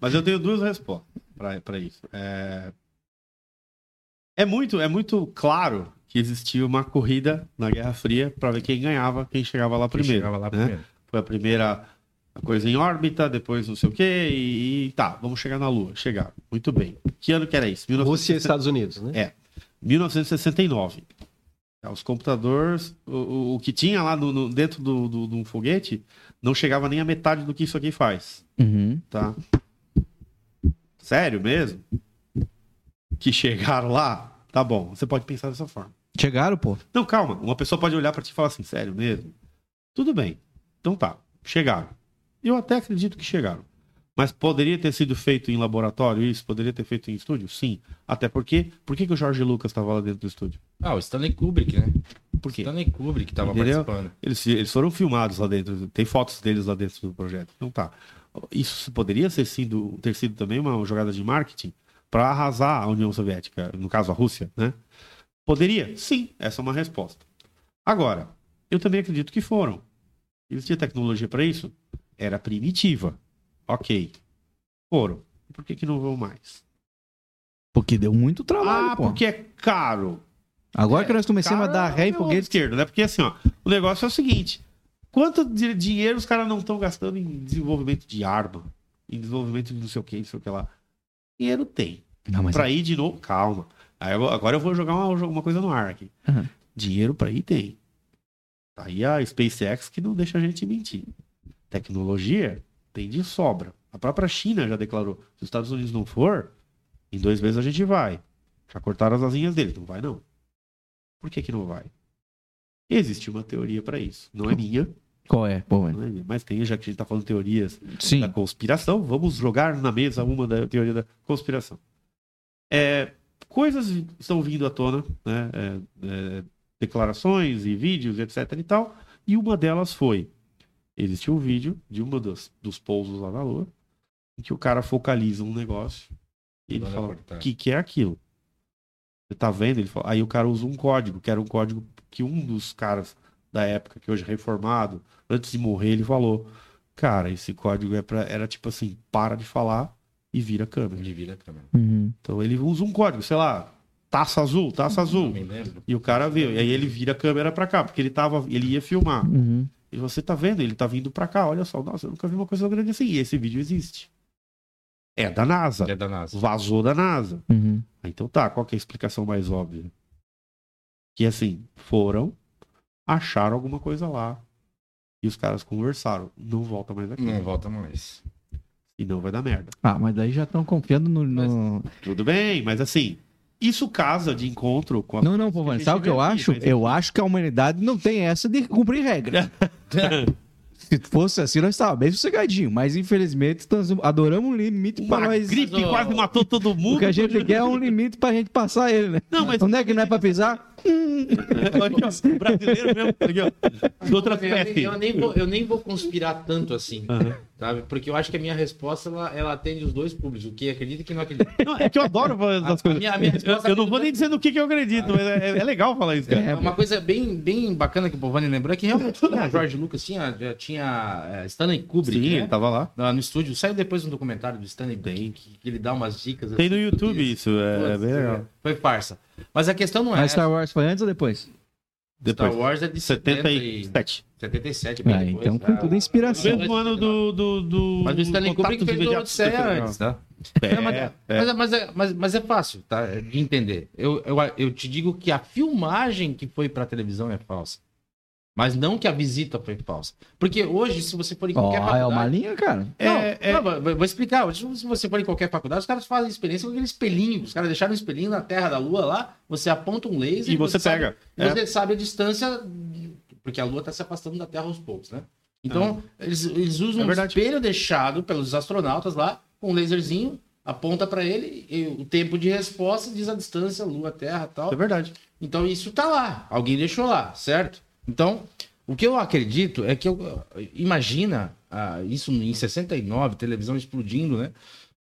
Mas eu tenho duas respostas pra pra isso. É... é muito, é muito claro que existia uma corrida na Guerra Fria pra ver quem ganhava, quem chegava lá primeiro. Chegava lá né? primeiro. Foi a primeira coisa em órbita, depois não sei o quê, e, e tá, vamos chegar na Lua. Chegar. Muito bem. Que ano que era isso? Rússia e Estados Unidos, né? 1969. Tá, Os computadores, o- o, o que tinha lá no- no- dentro de do, do, de um foguete, não chegava nem a metade do que isso aqui faz, Uhum. tá? Sério mesmo? Que chegaram lá? Tá bom, você pode pensar dessa forma. Chegaram, pô. Não, calma. Uma pessoa pode olhar pra ti e falar assim, sério mesmo? Tudo bem. Então tá, chegaram. Eu até acredito que chegaram. Mas poderia ter sido feito em laboratório isso? Poderia ter feito em estúdio? Sim. Até porque, por que, que o Jorge Lucas estava lá dentro do estúdio? Ah, o Stanley Kubrick, né? Por quê? Stanley Kubrick tava Entendeu? participando. Eles, eles foram filmados lá dentro, tem fotos deles lá dentro do projeto. Então tá. Isso poderia ser sido, ter sido também uma jogada de marketing para arrasar a União Soviética, no caso a Rússia, né? Poderia? Sim, essa é uma resposta. Agora, eu também acredito que foram. Existia tecnologia para isso? Era primitiva. Ok. Foram. Por que, que não vão mais? Porque deu muito trabalho, ah, pô. porque é caro. Agora É, que nós começamos a dar ré e meu lado foguete. esquerdo, né? Porque assim, ó, o negócio é o seguinte: quanto de dinheiro os caras não estão gastando em desenvolvimento de arma, em desenvolvimento de não sei o que, não sei o que lá. Dinheiro tem. Não, mas é Pra ir de novo, calma. Aí eu- agora eu vou jogar uma, uma coisa no ar aqui. Aham. Dinheiro pra ir tem. Tá aí a SpaceX que não deixa a gente mentir. Tecnologia tem de sobra. A própria China já declarou: se os Estados Unidos não for, em dois meses a gente vai. Já cortaram as asinhas dele. Não vai, não. Por que, que não vai? Existe uma teoria pra isso. Não é minha, qual é? Pô, tá velho. não é minha, mas tem, já que a gente tá falando teorias da Sim. conspiração. Vamos jogar na mesa uma da teoria da conspiração. É, coisas estão vindo à tona, né? É, é, declarações e vídeos, etc. e tal. E uma delas foi: existiu um vídeo de uma dos, dos pousos lá na Lua, em que o cara focaliza um negócio e ele Vai fala: cortar. o que, que é aquilo? Você tá vendo? Ele fala- Aí o cara usa um código, que era um código que um dos caras da época, que hoje é reformado, antes de morrer, ele falou: Cara, esse código é pra, era tipo assim, para de falar e vira câmera. Onde vira a câmera. Uhum. Então ele usa um código, sei lá, taça azul, taça Não azul. me lembro. E o cara viu, e aí ele vira a câmera pra cá, porque ele tava, ele ia filmar. Uhum. E você tá vendo, ele tá vindo pra cá, olha só, nossa, eu nunca vi uma coisa tão grande assim. E esse vídeo existe. É da NASA. É da NASA. Vazou da NASA. Uhum. Ah, Então tá, qual que é a explicação mais óbvia? Que assim, foram, acharam alguma coisa lá. E os caras conversaram. Não volta mais aqui. Não volta mais. E não vai dar merda. Ah, mas daí já estão confiando no. no- Tudo bem, mas assim, isso casa de encontro com a. Não, não, pô, velho, sabe o que eu acho? Eu acho que a humanidade não tem essa de cumprir regra. Se fosse assim, nós estávamos bem sossegadinho. Mas infelizmente, nós adoramos um limite Uma para nós. gripe Mas, ó, quase matou todo O mundo. que a gente quer é um limite pra gente passar ele, né? Não, mas- Onde é que não é pra pisar? tá Aqui, ó, o brasileiro mesmo. Aqui, ó, de outra Eu nem- espécie. Eu nem, vou, eu nem vou conspirar tanto assim, sabe? Porque eu acho que a minha resposta ela, ela atende os dois públicos, o que acredita e quem não acredita. Não, é que eu adoro falar A- a essas coisas. minha- a minha eu, resposta eu não é vou nem dizer no que, que eu acredito, mas é, é legal falar isso, cara. É, uma coisa bem, bem bacana que o Povani lembrou é que realmente tinha George Lucas, tinha, já tinha é, Stanley Kubrick, Sim, tá. né? ele tava lá. Lá no estúdio. Saiu depois um documentário do Stanley Kubrick, que, que ele dá umas dicas. Tem no assim, YouTube que- isso, é, é bem legal. Foi farsa. Mas a questão não é Mas essa. Star Wars foi antes ou depois? Depois. Star Wars é de 70 e- 77. 77, bem Ah, depois, então tá? com toda a inspiração. Mesmo ano do. do, do Mas o Stanley Contatos Kubrick fez o Imediatos Odisseia do Terceiro antes, tá? Grau. Não, mas, né? É, mas, mas é, mas- mas é fácil, tá? É De entender. Eu, eu, eu te digo que a filmagem que foi pra televisão é falsa. Mas não que a visita foi falsa. Porque hoje, se você for em Ó, qualquer é uma faculdade. linha, cara. Não, É, é- não, vou- vou, vou explicar. Hoje, Se você for em qualquer faculdade, os caras fazem experiência com aquele espelhinho. Os caras deixaram um espelhinho na Terra da Lua lá, você aponta um laser E você sabe- pega. e Você É, sabe a distância, porque a Lua está se afastando da Terra aos poucos, né? Então, eles, eles usam É um verdade. espelho deixado pelos astronautas lá, com um laserzinho, aponta para ele, e o tempo de resposta diz a distância, Lua, Terra tal. É verdade. Então isso tá lá, alguém deixou lá, certo? Então, o que eu acredito é que eu imagina ah, isso em 69, televisão explodindo, né?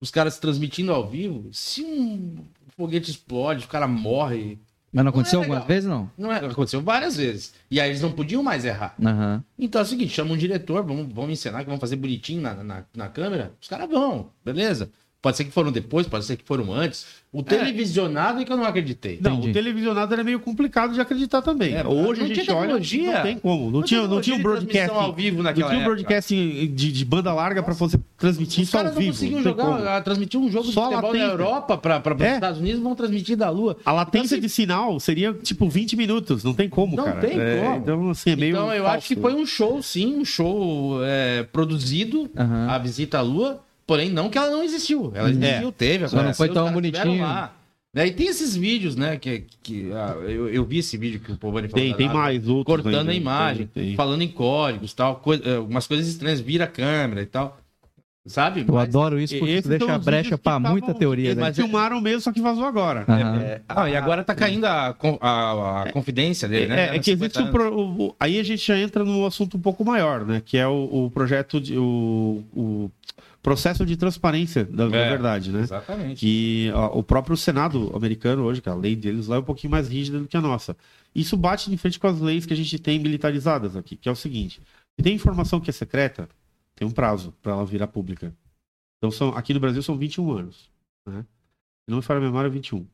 Os caras transmitindo ao vivo, se um foguete explode, o cara morre. Mas não aconteceu Não é algumas legal. vezes, não? Não é, aconteceu várias vezes. E aí eles não podiam mais errar. Aham. Então é o seguinte, chama um diretor, vamos, vamos encenar que vamos fazer bonitinho na, na, na câmera. Os caras vão, beleza? Pode ser que foram depois, pode ser que foram antes. O televisionado é que eu não acreditei. Não, Entendi. o televisionado era meio complicado de acreditar também. É, Hoje não a gente tinha olha, tecnologia. não tem como. Não, tinha, não tinha um broadcast, ao vivo não tinha naquela um broadcast de, de banda larga para você transmitir Os isso ao caras não vivo. conseguiam não tem jogar, como. a- transmitir um jogo Só de futebol da latência. Europa para os É. Estados Unidos, vão transmitir da Lua. A latência de sinal seria tipo 20 minutos, não tem como, Então, assim, Não cara. tem É, como. Então, assim, é meio. então eu falso. acho que foi um show, sim, um show é, produzido, Aham. a visita à Lua, porém não que ela não existiu. Ela Uhum. existiu, teve. Só não aconteceu, foi os tão caras estiveram bonitinho. lá. Né? E tem esses vídeos, né? Que, que ah, eu, eu vi esse vídeo que o Povani falou. Tem, da tem Lara, mais outros. um Cortando ainda. né? a imagem, Tem, tem. falando em códigos, tal, coisa, eh, umas coisas estranhas, vira a câmera e tal. Sabe? Eu Mas- adoro isso porque Esses são isso deixa os brecha vídeos que pra estavam- muita teoria, Eles né? Mas é- filmaram mesmo, só que vazou agora. Aham. É, Ah, e agora tá caindo a, con- a- a confidência dele, né? É, é que existe o, pro- o- o- aí a gente já entra num assunto um pouco maior, né? Que é o, o projeto de o, o processo de transparência da da É. verdade, né? Exatamente. Que ó, o próprio Senado americano hoje, que a lei deles lá é um pouquinho mais rígida do que a nossa. Isso bate de frente com as leis que a gente tem militarizadas aqui, que é o seguinte: se tem informação que é secreta, tem um prazo para ela virar pública. Então, são, aqui no Brasil são 21 anos. Né? Se não me falha a memória, 21.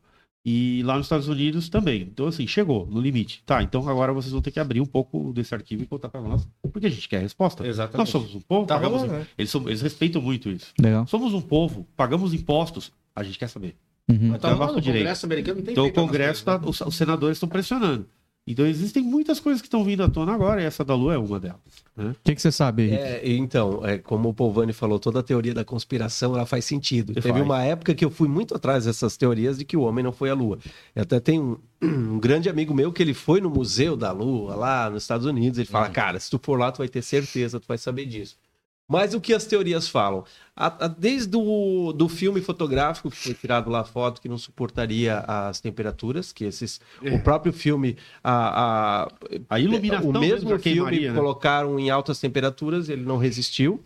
E lá nos Estados Unidos também. Então, assim, chegou no limite. Tá, então agora vocês vão ter que abrir um pouco desse arquivo e contar para nós, porque a gente quer a resposta. Exatamente. Nós somos um povo, Tá pagamos- rolando, né? eles, são- eles respeitam muito isso. Legal. Somos um povo, pagamos impostos, a gente quer saber. Uhum. Então, Tá Tá rolando, nosso o direito. Congresso americano não tem Então o feito umas Congresso, coisas, tá, os, os senadores estão pressionando. Então existem muitas coisas que estão vindo à tona agora, e essa da Lua é uma delas. O que, que você sabe, Henrique? É, então, é, como o Polvani falou, toda a teoria da conspiração ela faz sentido. Faz. Teve uma época que eu fui muito atrás dessas teorias de que o homem não foi à Lua. Eu até tenho um, um grande amigo meu que ele foi no Museu da Lua, lá nos Estados Unidos. Ele fala, cara, se tu for lá, tu vai ter certeza, tu vai saber disso. Mas o que as teorias falam? A- a- desde o do filme fotográfico, que foi tirado lá a foto, que não suportaria as temperaturas, que esses, o próprio filme, a- a, A iluminação o mesmo já filme queimaria, né? colocaram em altas temperaturas, ele não resistiu.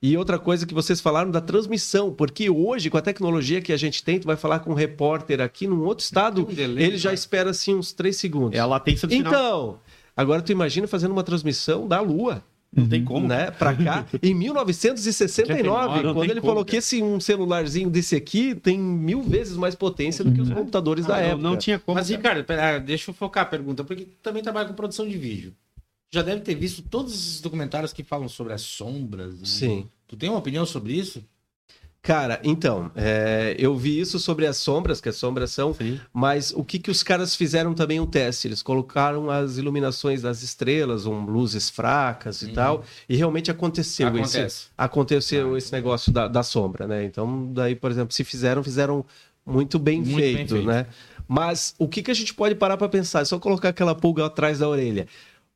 E outra coisa que vocês falaram da transmissão, porque hoje, com a tecnologia que a gente tem, tu vai falar com um repórter aqui num outro estado, Tem um delay, ele já cara. espera assim uns três segundos. É a latência do sinal. Então, agora tu imagina fazendo uma transmissão da Lua, Não tem como. né, pra cá, em 1969, Não quando tem ele como, falou que cara. esse um celularzinho desse aqui tem mil vezes mais potência do que os computadores Uhum. da Ah, Não, época. não tinha como. é? Mas, Ricardo, pera, ah, deixa eu focar a pergunta, porque tu também trabalha com produção de vídeo. Já deve ter visto todos esses documentários que falam sobre as sombras. né? Sim. Tu tem uma opinião sobre isso? Cara, então, é, eu vi isso sobre as sombras, que as sombras são, Sim. mas o que, que os caras fizeram também um teste? Eles colocaram as iluminações das estrelas, um, luzes fracas e Uhum. tal, e realmente aconteceu esse, Acontece. aconteceu Ah, esse negócio da, da sombra, né? Então, daí, por exemplo, se fizeram, fizeram muito bem Muito bem feito, feito. né? Mas o que, que a gente pode parar para pensar? É só colocar aquela pulga atrás da orelha.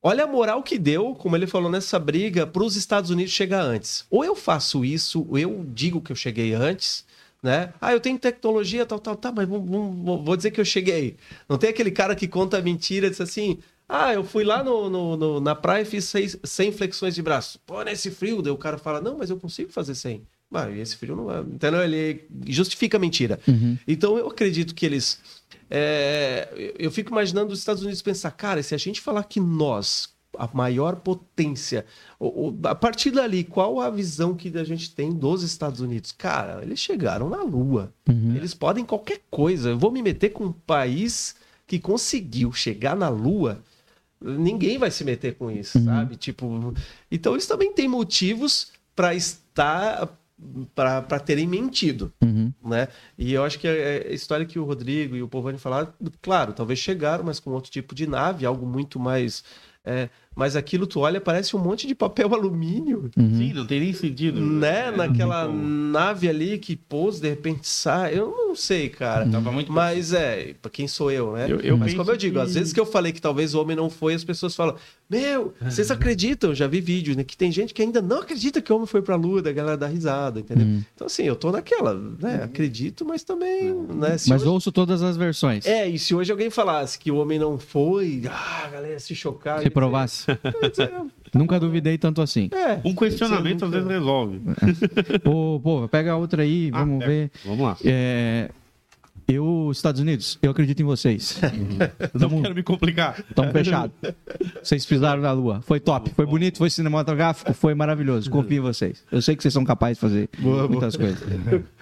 Olha a moral que deu, como ele falou, nessa briga para os Estados Unidos chegar antes. Ou eu faço isso, ou eu digo que eu cheguei antes, né? Ah, eu tenho tecnologia, tal, tal, tal, mas vamos- vamos- vou, dizer que eu cheguei. Não tem aquele cara que conta mentira, diz assim, ah, eu fui lá no, no- no- na praia e fiz seis- 100 flexões de braço. Pô, nesse frio, daí o cara fala, não, mas eu consigo fazer 100. Mas esse frio não vai. Entendeu? Ele justifica a mentira. Então eu acredito que eles. é, eu- eu fico imaginando os Estados Unidos pensar, cara, se a gente falar que nós, a maior potência, o- o- a partir dali, qual a visão que a gente tem dos Estados Unidos? Cara, eles chegaram na Lua. Eles podem qualquer coisa. Eu vou me meter com um país que conseguiu chegar na Lua. Ninguém vai se meter com isso, sabe? Tipo, então eles também têm motivos para estar, para terem mentido é, Uhum, né? E eu acho que é- é a história que o Rodrigo e o Povani falaram, claro, talvez chegaram, mas com outro tipo de nave, algo muito mais. é, mas aquilo tu olha, parece um monte de papel alumínio, uhum. Sim, não tem nem sentido. né? É, Naquela não tem como. nave ali que pôs, de repente sai. Eu não sei, cara. Então, Tava Então, tá muito Mas é, pra quem sou eu, né? Eu- eu Mas penso como eu digo, que- às vezes que eu falei que talvez o homem não foi, as pessoas falam: Meu, vocês acreditam? Eu já vi vídeo, né? Que tem gente que ainda não acredita que o homem foi pra lua, da galera dá risada, entendeu? Então, assim, eu tô naquela, né? Acredito, mas também, né? Se Mas hoje- ouço todas as versões. É, e se hoje alguém falasse que o homem não foi, ah, a galera se chocar. Se provasse. Nunca duvidei tanto assim. É, Um questionamento Isso é às muito- vezes resolve. Ô, pô, pega a outra aí, Ah, vamos pega. ver. Vamos lá. É, eu, Estados Unidos, eu acredito em vocês. Então, Não quero me complicar. Estamos fechados. Vocês pisaram na lua. Foi top, foi bonito, foi cinematográfico, foi maravilhoso. Confio em vocês. Eu sei que vocês são capazes de fazer muitas coisas.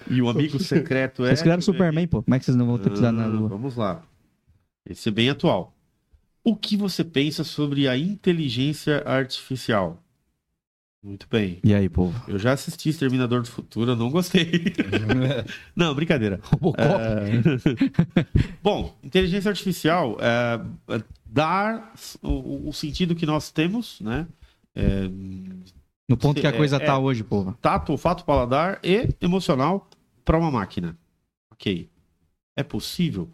E o amigo secreto é. Vocês criaram Deixa eu ver aqui. Superman, pô. Como é que vocês não vão ter pisado na Ah, lua? Vamos lá. Esse é bem atual. O que você pensa sobre a inteligência artificial? Muito bem. E aí, povo? Eu já assisti Exterminador do Futuro, eu não gostei. não, brincadeira. É, Bom, inteligência artificial é, é dar o, o sentido que nós temos, né? É, No ponto que a É, coisa é. tá hoje, povo. tato, olfato, paladar e emocional para uma máquina. Ok. É É possível?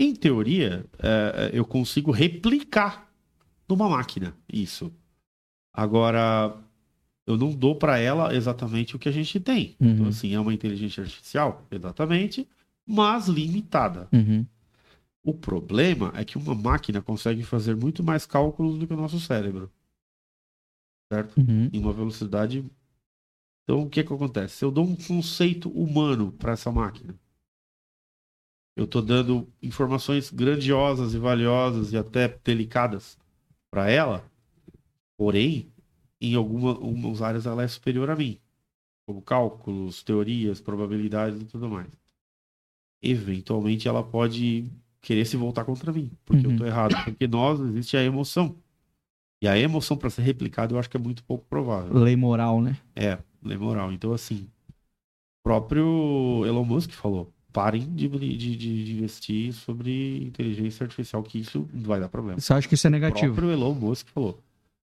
Em teoria, é, eu consigo replicar numa máquina isso. Agora, eu não dou para ela exatamente o que a gente tem. Uhum. Então, assim, é uma inteligência artificial, exatamente, mas limitada. Uhum. O problema é que uma máquina consegue fazer muito mais cálculos do que o nosso cérebro. Certo? Uhum. em uma velocidade. Então, o que que acontece? Se eu dou um conceito humano para essa máquina, eu estou dando informações grandiosas e valiosas e até delicadas para ela, porém, em alguma- algumas áreas ela é superior a mim, como cálculos, teorias, probabilidades e tudo mais. Eventualmente ela pode querer se voltar contra mim, porque eu Uhum. estou errado, porque nós existe a emoção. E a emoção para ser replicada eu acho que é muito pouco provável. Lei moral, né? É, lei moral. Então, assim, o próprio Elon Musk falou: parem de, de, de- de investir sobre inteligência artificial, que isso vai dar problema. Você acha que isso é O negativo? próprio Elon Musk falou.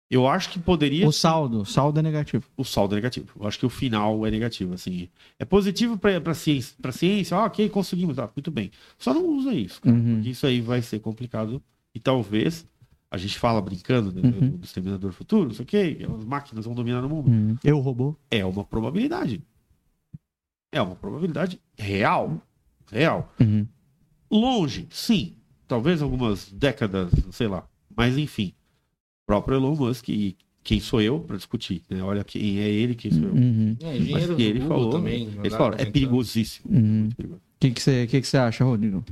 Eu acho que poderia. O saldo, o saldo é negativo. O saldo é negativo. Eu acho que o final é negativo, assim. É positivo pra, pra ciência. Pra ciência, ah, ok, conseguimos, ah, muito bem. Só não usa isso, cara, Uhum. porque isso aí vai ser complicado. E talvez, a gente fala brincando né, Uhum. do Exterminador Futuro, não sei o quê, que as máquinas vão dominar o mundo. Uhum. Eu robô. É uma probabilidade. É uma probabilidade real. Real. Uhum. Longe, sim. Talvez algumas décadas, sei lá. Mas enfim. O próprio Elon Musk e quem sou eu para discutir. né? Olha quem é ele, quem sou eu. Uhum. É, Mas engenheiro que ele falou. também. Eles falaram, é perigosíssimo. Uhum. O que que você que que você acha, Rodrigo?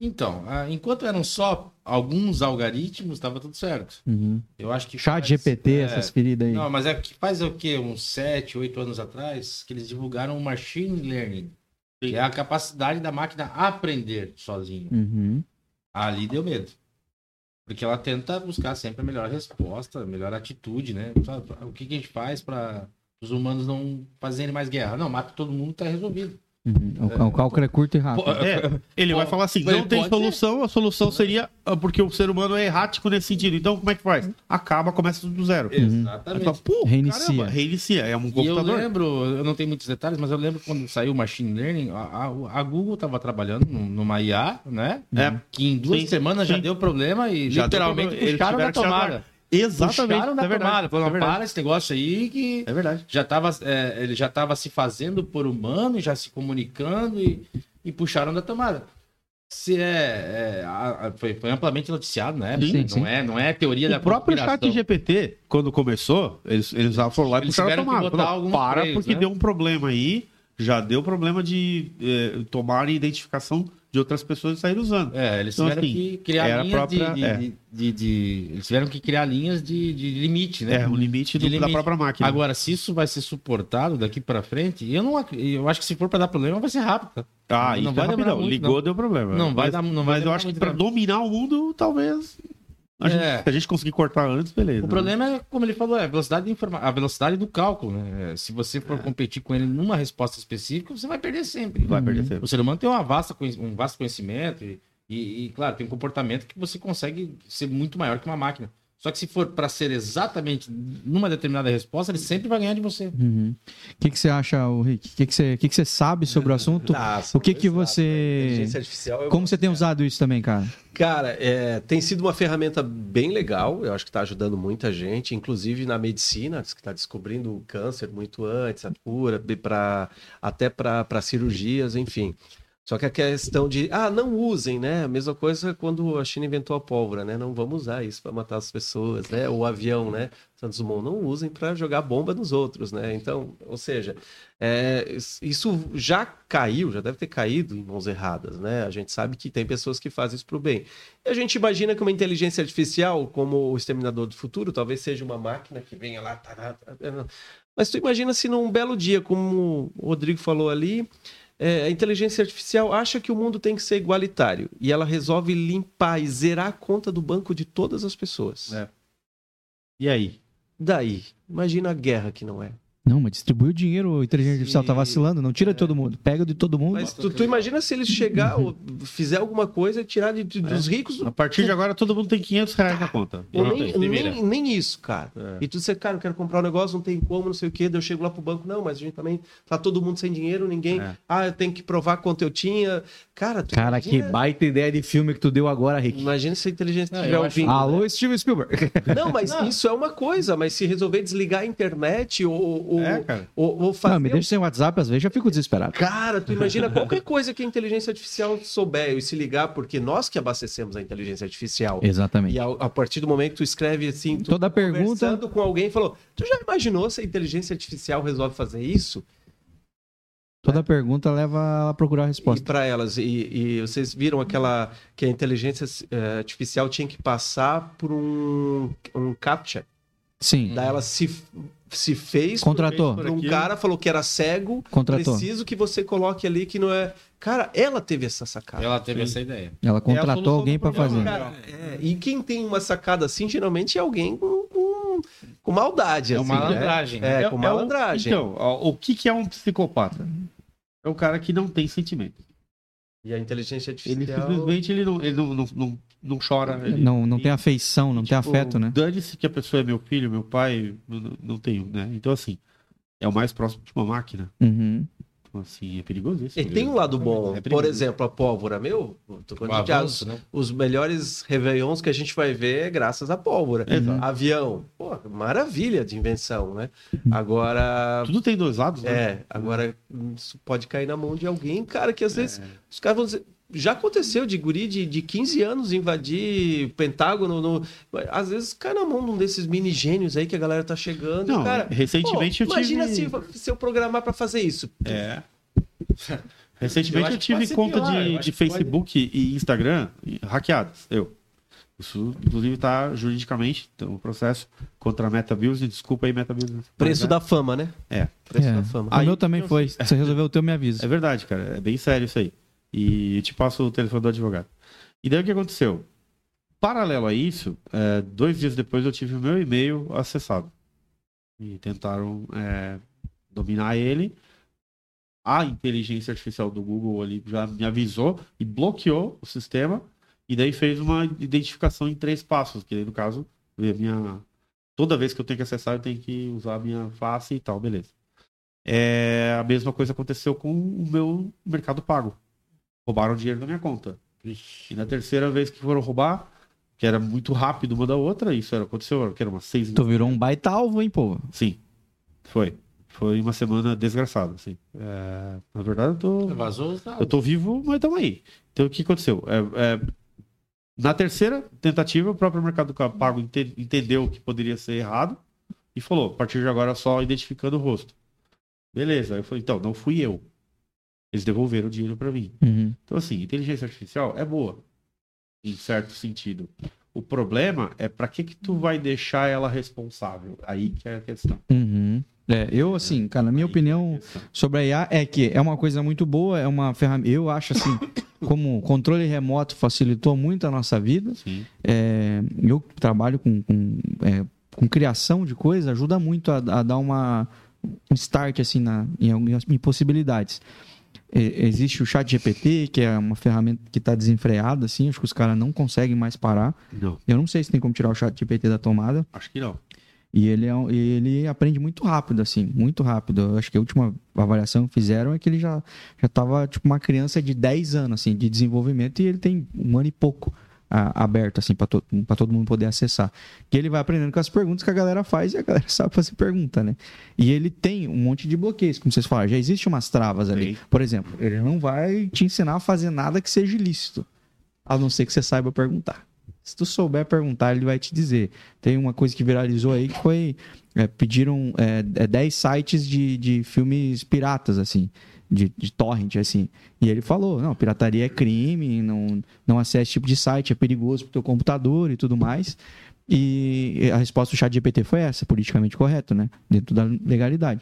Então, ah, enquanto eram só alguns algoritmos, estava tudo certo. Uhum. Eu acho que. Chat faz- GPT, é, essas feridas aí. Não, mas é que faz o quê? Uns 7, 8 anos atrás, que eles divulgaram o machine learning. Que é a capacidade da máquina aprender sozinha. Uhum. Ali deu medo. Porque ela tenta buscar sempre a melhor resposta, a melhor atitude, né? Pra- pra- O que, que a gente faz para os humanos não fazerem mais guerra? Não, mata todo mundo, tá resolvido. Uhum. O, o cálculo é curto e rápido. Pô, É, ele vai falar assim: Ele não tem pode solução, a solução seria ah, porque o ser humano é errático nesse sentido. Então, como é que faz? Acaba, começa do zero. Aí fala, Uhum. Exatamente. Pô, Reinicia. caramba, reinicia. É um E eu É computador. lembro, eu não tenho muitos detalhes, mas eu lembro quando saiu o Machine Learning, a, a- a Google estava trabalhando num- numa IA, né? É. Que em duas Sim, semanas já sim. deu problema e Já deu literalmente problema. Eles puxaram tiveram da que chamar. tomada. Exatamente. né? Puxaram da é verdade, tomada. é Falaram, verdade. para esse negócio aí que É verdade. já tava, é, ele já estava se fazendo por humano, já se comunicando e, e puxaram da tomada. Se é, é, a- a- foi, foi amplamente noticiado, né? Sim, não sim. é, não é teoria da O próprio conspiração. chat GPT, quando começou, eles, eles já foram lá e Eles puxaram a tiveram que tomada. botar Falaram, alguns para, freios, porque né?" deu um problema aí. Já deu problema de eh, tomar a identificação de outras pessoas e sair usando. É, eles Então, tiveram assim, que criar era a linhas própria- de, de- é. de- de- de- Eles tiveram que criar linhas de, de limite, né? É, o limite, De do- da limite. própria máquina. Agora, se isso vai ser suportado daqui pra frente, eu não ac- eu acho que se for pra dar problema vai ser rápido. tá? ah, não isso vai é demorar rapidão. muito, Ligou, não. deu problema. Não vai mas, dar, não vai mas eu demorar acho que muito pra tempo. dominar o mundo, talvez. a gente- É. Se a gente conseguir cortar antes, beleza. O problema é, como ele falou, é a velocidade, da informa... a velocidade do cálculo, né? É, Se você for competir com ele numa resposta específica, você vai perder sempre. vai perder tempo. O ser humano tem uma vasta, conhe- um vasto conhecimento e, e- e, claro, tem um comportamento que você consegue ser muito maior que uma máquina. Só que se for para ser exatamente numa determinada resposta, ele sempre vai ganhar de você. Uhum. O que, que você acha, ô, Rick? O que, que, você, o que, que você sabe sobre o assunto? O que que você- ah, Inteligência artificial, eu Como você tem usado isso também, cara? Cara, é, tem sido uma ferramenta bem legal, eu acho que está ajudando muita gente, inclusive na medicina, que está descobrindo o câncer muito antes, a cura, be- pra, até para cirurgias, enfim. Só que a questão de, ah, não usem, né? A mesma coisa quando a China inventou a pólvora, né? Não vamos usar isso para matar as pessoas, né? O avião, né? Santos Dumont, não usem para jogar bomba nos outros, né? Então, ou seja, é, is- isso já caiu, já deve ter caído em mãos erradas, né? A gente sabe que tem pessoas que fazem isso para o bem. E a gente imagina que uma inteligência artificial, como o Exterminador do Futuro, talvez seja uma máquina que venha lá. tará, tará. Mas tu imagina se num belo dia, como o Rodrigo falou ali, é, a inteligência artificial acha que o mundo tem que ser igualitário e ela resolve limpar e zerar a conta do banco de todas as pessoas. É. E aí? Daí, imagina a guerra que não é. Não, mas distribui o dinheiro, o inteligência artificial tá Sim. vacilando, não tira de todo mundo, pega de todo mundo. Mas tu, tu imagina se eles chegar ou fizer alguma coisa e tirar de- de- dos é ricos A partir de agora, todo mundo tem 500 reais Tá. na conta. Ou Não nem, tem. nem, nem isso, cara. E tu disse, cara, eu quero comprar um negócio, não tem como, não sei o quê. Daí eu chego lá pro banco, não, mas a gente também tá todo mundo sem dinheiro, ninguém. É. Ah, eu tenho que provar quanto eu tinha. Cara, tu Cara, que imagina, baita ideia de filme que tu deu agora, Rick. Imagina se a inteligência Não, estiver eu acho- ouvindo. Alô, Steven Spielberg. Não, mas isso é uma coisa, mas se resolver desligar a internet ou, ou, É, cara. ou, ou Ah, fazer. me deixa sem WhatsApp, às vezes já fico desesperado. Cara, tu imagina qualquer coisa que a inteligência artificial souber e se ligar, porque nós que abastecemos a inteligência artificial. Exatamente. E ao- a, partir do momento que tu escreve assim, tu Toda pergunta. conversando com alguém falou: Tu já imaginou se a inteligência artificial resolve fazer isso? né? Toda pergunta leva ela a procurar a E resposta. para elas, e, e vocês viram aquela que a inteligência eh, artificial tinha que passar por um, um captcha. Uhum. Sim, Daí ela se, se fez contratou, por um cara, falou que era cego, contratou. preciso que você coloque ali que não é. Cara, ela teve essa sacada. Ela teve essa ideia. Ela É a contratou solução alguém do pra problema, fazer. Cara, é, e quem tem uma sacada assim, geralmente é alguém com, com, com maldade. É uma assim, né? malandragem. É, com o- malandragem. então, ó, o que, que é um psicopata? É o cara que não tem sentimento. E a inteligência artificial. Ele simplesmente ele não, ele não, não, não, não chora. Ele... Não, não tem afeição, não tem Tipo, afeto, né? Dane-se que a pessoa é meu filho, meu pai, não- não, não tenho, né? Então, assim, é o mais próximo de uma máquina. Uhum. Então, assim, é perigoso isso. E tem um lado bom. É perigoso. Por exemplo, a pólvora, meu, tu- quando O a gente- avanço, né? os melhores réveillons que a gente vai ver é graças à pólvora. Exato. Avião, pô, maravilha de invenção, né? Agora. Tudo tem dois lados, né? É, agora isso pode cair na mão de alguém, cara, que às É. vezes os caras vão dizer. Já aconteceu de guri de, de 15 anos invadir o Pentágono. no- às vezes cai na mão de um desses mini gênios aí que a galera tá chegando. Não, cara, recentemente pô, eu tive... imagina se, se eu programar pra fazer isso. É. Eu Recentemente acho eu que tive pode ser conta pior, eu de, acho de que pode- Facebook e Instagram hackeadas, eu. Isso, inclusive, está juridicamente, então, o processo contra a MetaViews, e desculpa aí, MetaViews. Preço Mas, da fama, né? É. Preço É. da fama. O Aí, meu também eu- foi. Se você resolveu o teu, me avisa. É verdade, cara, é bem sério isso aí. E eu te passo o telefone do advogado. E daí o que aconteceu? Paralelo a isso, é, dois dias depois eu tive o meu e-mail acessado. E tentaram é, dominar ele. A inteligência artificial do Google ali já me avisou e bloqueou o sistema. E daí fez uma identificação em três passos, que daí, no caso, é a minha... toda vez que eu tenho que acessar, eu tenho que usar a minha face e tal, beleza. É, a mesma coisa aconteceu com o meu Mercado Pago. Roubaram dinheiro da minha conta. E na terceira vez que foram roubar, que era muito rápido uma da outra, isso era, aconteceu, que era umas seis Tu virou um baita alvo, hein, pô? Sim, foi. Foi uma semana desgraçada, assim. É, na verdade, eu né? tô, Vazou tá os dados. eu tô vivo, mas tamo aí. Então, o que aconteceu? É, é, na terceira tentativa, o próprio Mercado Pago ente- entendeu que poderia ser errado e falou, a partir de agora, só identificando o rosto. Beleza. Aí Eu falei, então, não fui eu. Eles devolveram o dinheiro pra mim. Uhum. Então, assim, inteligência artificial é boa, em certo sentido. O problema é pra que que tu vai deixar ela responsável? Aí que é a questão. Uhum. É, eu, assim, cara, na minha Aí que é a opinião, questão. sobre a IA é que é uma coisa muito boa, é uma ferramenta. Eu acho assim, como o controle remoto facilitou muito a nossa vida, Sim. é, eu que trabalho com, com, é, com criação de coisa, ajuda muito a, a dar uma, um start assim, na, em, algumas- em possibilidades. É, existe o chat GPT, que é uma ferramenta que está desenfreada, assim, acho que os caras não conseguem mais parar. Não, Eu não sei se tem como tirar o chat GPT da tomada. acho que não. E ele, é um- e ele aprende muito rápido, assim, muito rápido. Eu acho que a última avaliação que fizeram é que ele já, já tava, tipo, uma criança de 10 anos, assim, de desenvolvimento, e ele tem um ano e pouco a- aberto, assim, para to, pra todo mundo poder acessar. Que ele vai aprendendo com as perguntas que a galera faz e a galera sabe fazer pergunta, né? E ele tem um monte de bloqueios, como vocês falaram, já existe umas travas ali. Sim. Por exemplo, ele não vai te ensinar a fazer nada que seja ilícito, a não ser que você saiba perguntar. Se tu souber perguntar, ele vai te dizer. Tem uma coisa que viralizou aí que foi. é, pediram é, é, 10 sites de, de filmes piratas, assim, de, de torrent, assim. E ele falou: não, pirataria é crime, não, não acesse esse tipo de site, é perigoso pro teu computador e tudo mais. E a resposta do chat GPT foi essa, politicamente correto, né? Dentro da legalidade.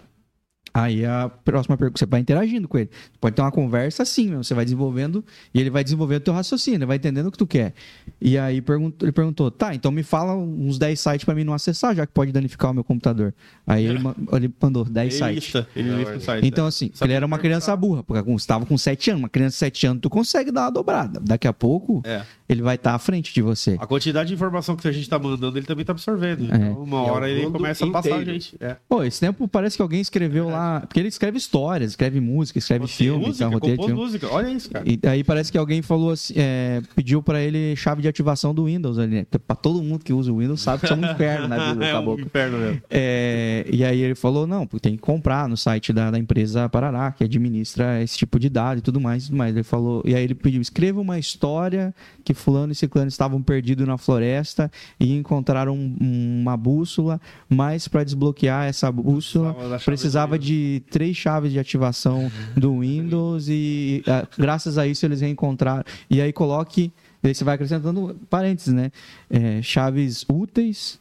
Aí a próxima pergunta, você vai interagindo com ele. Pode ter uma conversa assim mesmo, você vai desenvolvendo e ele vai desenvolvendo o teu raciocínio, ele vai entendendo o que tu quer. E aí pergun- ele perguntou, tá, então me fala uns 10 sites pra mim não acessar, já que pode danificar o meu computador. Aí ele, ma- ele mandou 10 Ele sites. lista, ele lista o site. Então, assim, Sabe ele era uma criança burra, porque você estava com 7 anos. Uma criança de 7 anos, tu consegue dar uma dobrada. Daqui a pouco, É. ele vai estar à frente de você. A quantidade de informação que a gente tá mandando, ele também tá absorvendo. Então, uma É o hora ele mundo começa a passar a inteiro. gente. É. Pô, esse tempo parece que alguém escreveu lá. Porque ele escreve histórias, escreve música, escreve Você- filme, música, tá, roteiro de compôs filme. música. Olha isso, cara. E aí parece que alguém falou assim, é, pediu pra ele chave de ativação do Windows ali, né? Porque Pra todo mundo que usa o Windows sabe que isso é um inferno na vida do é um caboclo. inferno mesmo. É, e aí ele falou, não, pô, tem que comprar no site da, da empresa Parará, que administra esse tipo de dado e tudo mais, e tudo mais. Ele falou, e aí ele pediu, escreva uma história que fulano e ciclano estavam perdidos na floresta e encontraram um- uma bússola, mas para desbloquear essa bússola Precisava da chave precisava do de três chaves de ativação do Windows e ah, graças a isso eles reencontraram. E aí coloque, e aí você vai acrescentando parênteses, né? É, chaves úteis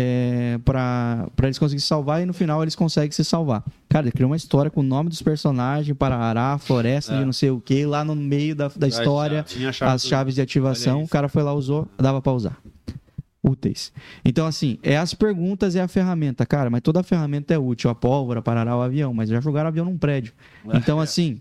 é, para eles conseguirem se salvar e no final eles conseguem se salvar. Cara, ele criou uma história com o nome dos personagens, Parará, Floresta de não sei o que, lá no meio da, da história, É. Tinha a chave as do- chaves de Olha ativação, o isso. cara foi lá, usou, dava pra usar. Úteis. Então, assim, é as perguntas e a ferramenta, cara, mas toda a ferramenta é útil, a pólvora, Parará, o avião, mas já jogaram avião num prédio. Então, assim,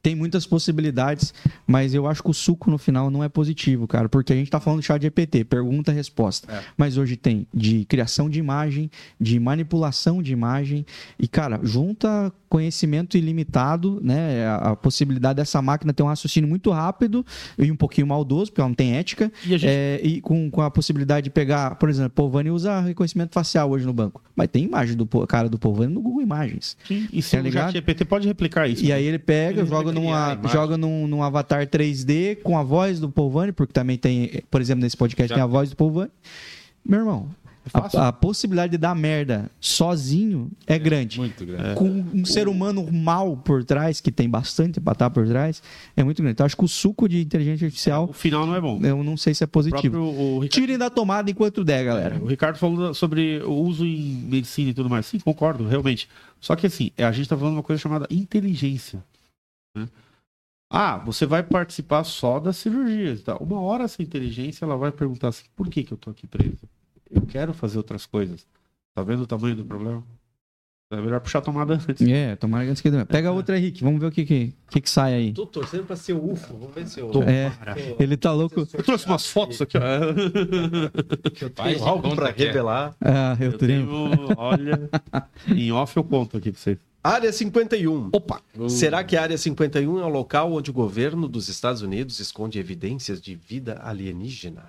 tem muitas possibilidades, mas eu acho que o suco no final não é positivo, cara, porque a gente tá falando de chat GPT, pergunta, resposta. Mas hoje tem de criação de imagem, de manipulação de imagem, e, cara, junta conhecimento ilimitado, né? A, a possibilidade dessa máquina ter um raciocínio muito rápido e um pouquinho maldoso, porque ela não tem ética. E a gente- é, e com, com a possibilidade de pegar, por exemplo, Povani usa reconhecimento facial hoje no banco. Mas tem imagem do po- cara do Povani no Google Imagens. Sim, É. E se Tá o ligado? ChatGPT pode replicar isso. E aí ele pega, Ele joga, vai criar a numa, imagem. joga num, num avatar 3D com a voz do Polvani, porque também tem, por exemplo, nesse podcast Já tem a voz do Polvani. Meu irmão, É fácil. a, a possibilidade de dar merda sozinho é, grande. Muito grande. Com um ser humano mal por trás, que tem bastante pra estar por trás, é muito grande. Então acho que o suco de inteligência artificial, O final não é bom. eu não sei se é O positivo. próprio o Ricardo, Tirem da tomada enquanto der, galera. o Ricardo falou da- sobre o uso em medicina e tudo mais. Sim, concordo, realmente. Só que assim, é, a gente tá falando de uma coisa chamada inteligência. né? Ah, você vai participar só das cirurgias. Tá? Uma hora essa inteligência ela vai perguntar assim, por que, que eu tô aqui preso? Eu quero fazer outras coisas. Tá vendo o tamanho do problema? É melhor puxar a tomada antes. É, tomara que antes que dê merda. Pega outra, Henrique. Vamos ver o que, que, que que sai aí. Tô torcendo pra ser o UFO. Vamos ver se eu. É, Tô- ele tá louco. Eu trouxe umas fotos aqui, ó. que eu Faz de tenho algo conta pra que é. revelar. Ah, eu, Eu tenho. tenho, olha, em off eu conto aqui pra vocês. Área 51. Opa! Será que a Área 51 é o local onde o governo dos Estados Unidos esconde evidências de vida alienígena?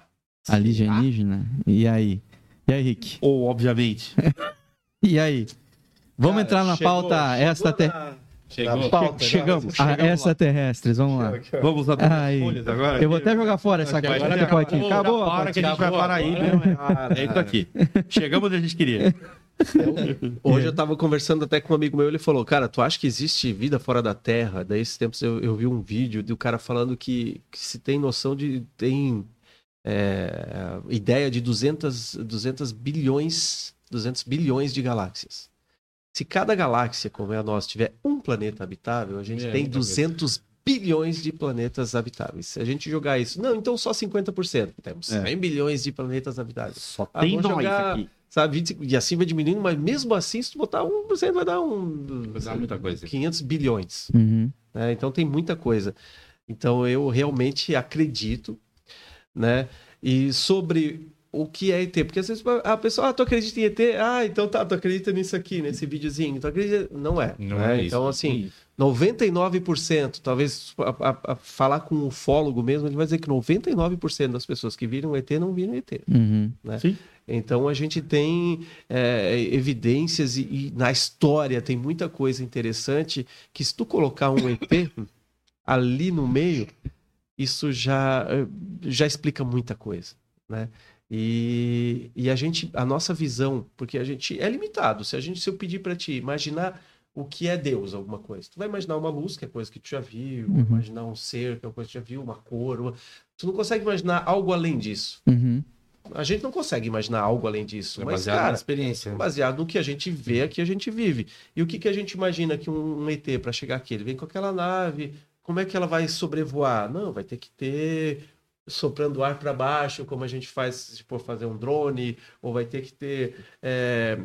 Alienígena? E aí? E aí, Rick? Ou, obviamente, E aí? Vamos Cara, entrar na chegou- pauta chegou extra ter... na- Chegou. pauta, já. Chegamos. Ah, extraterrestres, vamos lá. vamos lá. Ai, agora. eu vou até jogar fora essa caixa de potinho. Acabou. a Para que a gente vai acabou parar aí, agora. né? Cara, É isso aqui. Chegamos onde a gente queria. Hoje eu tava conversando até com um amigo meu, ele falou, cara, tu acha que existe vida fora da Terra? Daí esses tempos eu, eu vi um vídeo do cara falando que, que se tem noção de, tem é, ideia de 200, 200 bilhões, 200 bilhões de galáxias. Se cada galáxia, como é a nossa, tiver um planeta habitável, a gente É, tem muita 200 bilhões de planetas habitáveis. Se a gente jogar isso, não, então só 50%. Temos É. 100 bilhões de planetas habitáveis. Só Ah, tem vamos nós jogar- aqui. Sabe? 25 E assim vai diminuindo, mas mesmo assim, se tu botar 1%, vai dar um. Vai dar muita coisa. 500 bilhões. Uhum. né? Então tem muita coisa. Então eu realmente acredito, né? E sobre o que é ET, porque às vezes a pessoa, ah, tu acredita em ET? Ah, então tá, tu acredita nisso aqui, nesse videozinho. Tu acredita? Não é. Não né? é isso. Então, assim, 99%, talvez a- a- a falar com um ufólogo mesmo, ele vai dizer que 99% das pessoas que viram ET não viram ET. Uhum. Então a gente tem é, evidências e, e na história tem muita coisa interessante que se tu colocar um EP ali no meio, isso já, eh, já explica muita coisa, né? E, e a gente, a nossa visão, porque a gente é limitado. Se a gente, se eu pedir para ti imaginar o que é Deus, alguma coisa, tu vai imaginar uma luz, que é coisa que tu já viu, Uhum. imaginar um ser, que é uma coisa que tu já viu, uma cor, uma... tu não consegue imaginar algo além disso Uhum. A gente não consegue imaginar algo além disso. É mas, baseado na cara, é experiência. baseado no que a gente vê, aqui a gente vive. E o que, que a gente imagina que um, um ET, para chegar aqui, ele vem com aquela nave, como é que ela vai sobrevoar? Não, vai ter que ter soprando ar para baixo, como a gente faz se for fazer um drone, ou vai ter que ter é,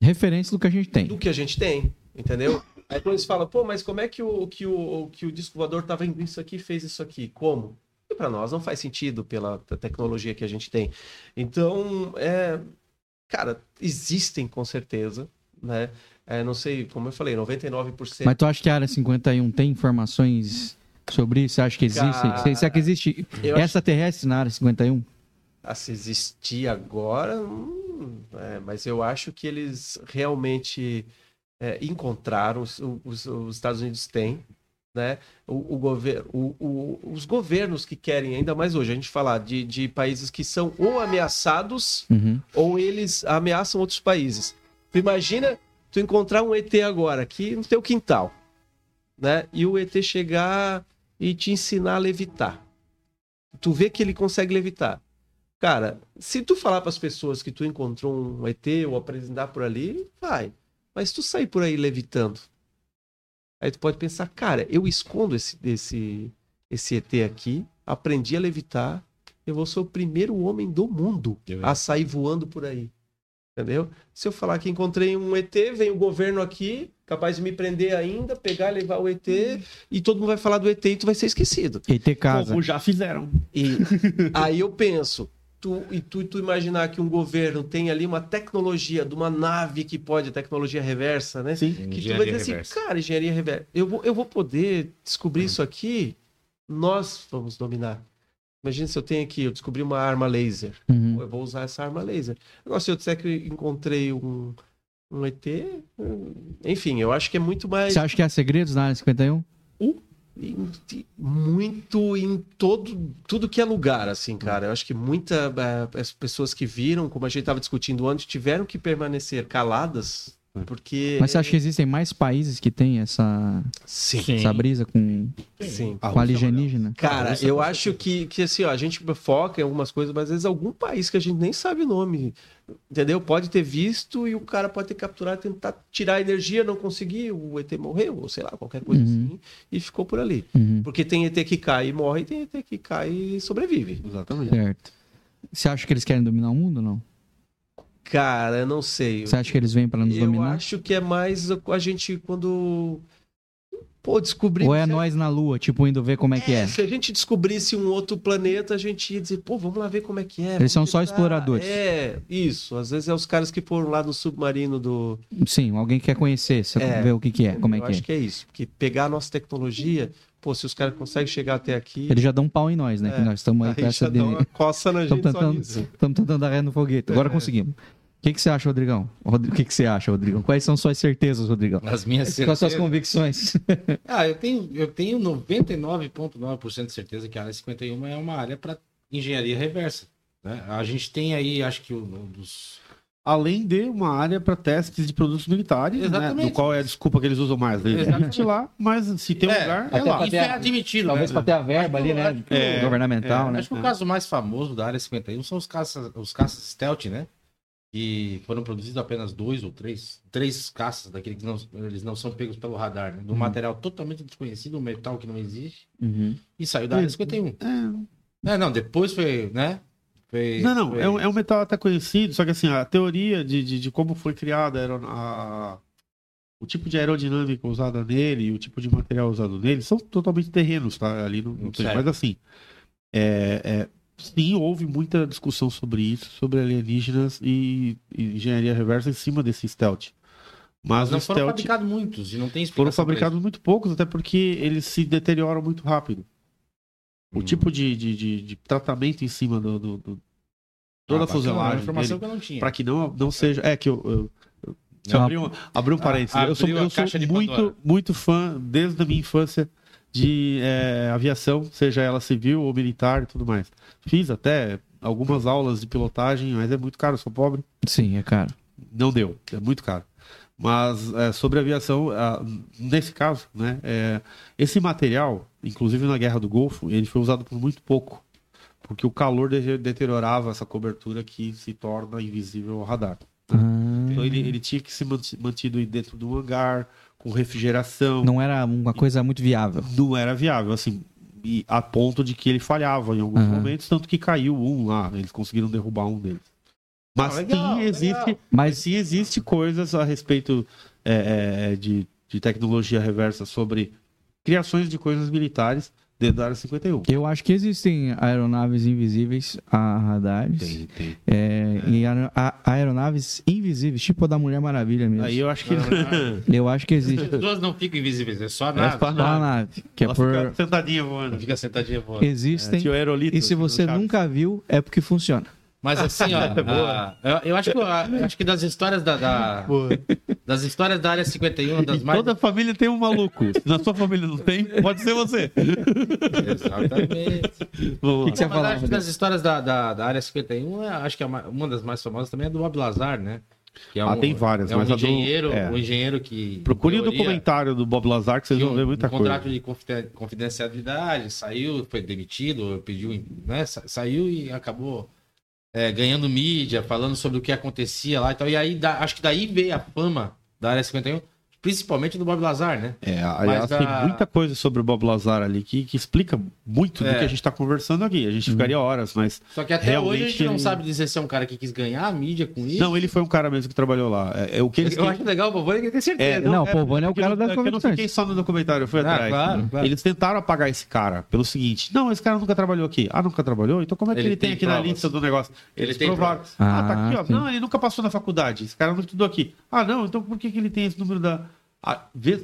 Referência do que a gente tem. do que a gente tem, entendeu? Aí quando eles falam, pô, mas como é que o, que o, que o disco voador tá vendo isso aqui e fez isso aqui? Como? E para nós não faz sentido pela te- tecnologia que a gente tem. Então, é, cara, existem com certeza, né? É, não sei, como eu falei, 99%. Mas tu acha que a área 51 tem informações sobre isso? Você acha que existem? Cara, Será que existe eu acho- extraterrestre na área 51? a se existir agora, hum, é, mas eu acho que eles realmente é, encontraram, os, os- os Estados Unidos têm, né? O, o gover- o- o- os governos que querem, ainda mais hoje, a gente falar de, de países que são ou ameaçados Uhum. ou eles ameaçam outros países. Tu imagina tu encontrar um ET agora aqui no teu quintal, né? E o ET chegar e te ensinar a levitar. Tu vê que ele consegue levitar. Cara, se tu falar para as pessoas que tu encontrou um ET ou apresentar por ali, vai. Mas se tu sair por aí levitando, aí tu pode pensar, cara, eu escondo esse esse esse ET aqui, aprendi a levitar, eu vou ser o primeiro homem do mundo a sair voando por aí. Entendeu? Se eu falar que encontrei um ET, vem o governo aqui, capaz de me prender ainda, pegar, levar o ET, Uhum. e todo mundo vai falar do ET e tu vai ser esquecido. ET Casa. Como já fizeram. E aí eu penso, tu, e tu, tu imaginar que um governo tem ali uma tecnologia de uma nave que pode, tecnologia reversa, né? Sim. Que tu vai Engenharia dizer assim, reversa. Uhum. cara, engenharia reversa, eu vou, eu vou poder descobrir isso aqui, nós vamos dominar. Imagina se eu tenho aqui, eu descobri uma arma laser. Uhum. Eu vou usar essa arma laser. Agora, se eu disser que eu encontrei um, um ET, hum, enfim, eu acho que é muito mais. Você acha que há segredos na área 51? em- em- muito em todo tudo que é lugar assim cara eu acho que muita eh, as pessoas que viram como a gente estava discutindo antes tiveram que permanecer caladas porque É. Mas você acha que existem mais países que têm essa, sim essa brisa com, sim com alienígena? Cara, eu acho que, que assim, ó, a gente foca em algumas coisas, mas às vezes algum país que a gente nem sabe o nome, entendeu? Pode ter visto e o cara pode ter capturado, tentar tirar a energia, não conseguir, o ET morreu, ou sei lá, qualquer coisa Uhum. assim, e ficou por ali. Uhum. Porque tem ET que cai e morre, e tem ET que cai e sobrevive. Exatamente. Uhum, Certo. Você acha que eles querem dominar o mundo ou não? Cara, eu não sei. Você acha que eles vêm pra nos eu dominar? acho que é mais a a gente quando. Pô, descobrir. Ou é nós na Lua, tipo, indo ver como é que é? Se a gente descobrisse um outro planeta, a gente ia dizer, pô, vamos lá ver como é que é. Eles são vamos só tentar. exploradores. É, isso. Às vezes é os caras que foram lá no submarino do. Sim, alguém quer conhecer, você É. ver o que, que é, como é Eu que acho é. que é isso. Porque pegar a nossa tecnologia, pô, se os caras conseguem chegar até aqui, Eles já dão um pau em nós, né? que É. nós estamos aí com aí já essa de... dá uma coça na Estamos gente só tentando, nisso. estamos tentando arré no foguete. Agora conseguimos. O que, que você acha, Rodrigão? Rodri- O que, que você acha, Rodrigão? Quais são suas certezas, Rodrigão? As minhas Quais são certezas- suas convicções? é Ah, eu tenho, eu tenho 99,9% de certeza que a área 51 é uma área para engenharia reversa. né? A gente tem aí, acho que um dos. Além de uma área para testes de produtos militares, né? Exatamente. Do qual é a desculpa que eles usam mais. Eles Exatamente. admitem lá, mas se tem um É, lugar, é até- lá. Isso é admitido. Talvez né? pra ter a verba ali, né? É, Governamental, né? Acho que o caso mais famoso da área 51 são os caças, os caças stealth, né? Que foram produzidos apenas dois ou três, três caças daqueles que não, eles não são pegos pelo radar, né? Do material totalmente desconhecido, um metal que não existe, Uhum. e um. saiu da área 51. É, não, depois foi, né? Foi- Não, não, foi- é um, é um metal até conhecido, só que assim, a teoria de, de, de como foi criada a aero- a- o tipo de aerodinâmica usada nele e o tipo de material usado nele são totalmente terrenos, tá? Ali não, não tem. Certo. Mas assim, é- é, sim, houve muita discussão sobre isso, sobre alienígenas e, e engenharia reversa em cima desse stealth. Mas, não o foram stealth fabricados muitos e não foram tem explicação pra fabricados muito poucos, até porque eles se deterioram muito rápido. O Hum. tipo de, de, de- de tratamento em cima do. do- do- toda a Ah, bacana, é uma fuselagem. Dele, informação que eu não tinha. para que não, não seja. É que eu. eu se Não. abrir um, abrir um parênteses. Ah, eu sou, abriu a eu sou caixa de Pandora. muito, muito fã, desde a minha infância, de eh, aviação, seja ela civil ou militar e tudo mais. Fiz até algumas aulas de pilotagem, mas é muito caro, eu sou pobre. Sim, é caro. Não deu, é muito caro. Mas é, sobre a aviação, ah, nesse caso, né, é, esse material, inclusive na Guerra do Golfo, ele foi usado por muito pouco. porque o calor de- deteriorava essa cobertura que se torna invisível ao radar. Ah, Então ele, ele tinha que ser manti- mantido aí dentro do hangar, com refrigeração. não era uma coisa muito viável. Não era viável, assim, e a ponto de que ele falhava em alguns Aham. momentos, tanto que caiu um lá, eles conseguiram derrubar um deles. Mas Ah, legal, sim, existe, legal. mas sim existe coisas a respeito é, é, de, de tecnologia reversa sobre criações de coisas militares dentro da área 51. Eu acho que existem aeronaves invisíveis a radares. tem. É, E aero- a- aeronaves invisíveis, tipo a da Mulher Maravilha mesmo. Aí eu acho que Eu acho que existe. As duas não ficam invisíveis, é só a É nave. só a Uma nave. nave, que é Ela por. fica sentadinha voando. Não fica sentadinha voando. Existem. Tinha o aerolito, E se tinha o você Chaves. nunca viu, é porque funciona. Mas assim, ó, É a- eu, eu acho que, eu acho que das histórias da, da- das histórias da área 51, das mais Toda família tem um maluco. Se na sua família não tem, pode ser você. Exatamente. Vamos lá. que você ia Mas falar, acho que das histórias da, da, da área 51, é, acho que a ma- uma das mais famosas também é do Bob Lazar, né? Que é Ah, tem várias, é um mas a do- engenheiro, é. um engenheiro que. Procure o em teoria, documentário do Bob Lazar que vocês tinha vão ver um, muita um contrato coisa. de confiden- confidencialidade, saiu, foi demitido, pediu, né? sa- Saiu e acabou é, ganhando mídia, falando sobre o que acontecia lá e tal. E aí da- acho que daí veio a fama da área 51, principalmente do Bob Lazar, né? É, aliás, Mas a- tem muita coisa sobre o Bob Lazar ali que, que explica muito do É. que a gente está conversando aqui. A gente Uhum. ficaria horas, mas. Só que até hoje a gente Realmente não ele- sabe dizer se é um cara que quis ganhar a mídia com isso. Não, ele foi um cara mesmo que trabalhou lá. É, é o que eles. Eu acho legal o Bobone que ele tem certeza. É, não, o Povani é o que cara eu- das é que Eu não comunicações. fiquei só no documentário, eu fui Ah, atrás. claro, claro. Eles tentaram apagar esse cara pelo seguinte: não, esse cara nunca trabalhou aqui. Ah, nunca trabalhou? Então como é que ele, Ele tem, tem aqui na provas. lista do negócio? Ele Eles tem provaram. provas. Ah, tá Ah, aqui, ó. sim. Não, ele nunca passou na faculdade. Esse cara não estudou aqui. Ah, não, então por que, que ele tem esse número da. Ah, vê-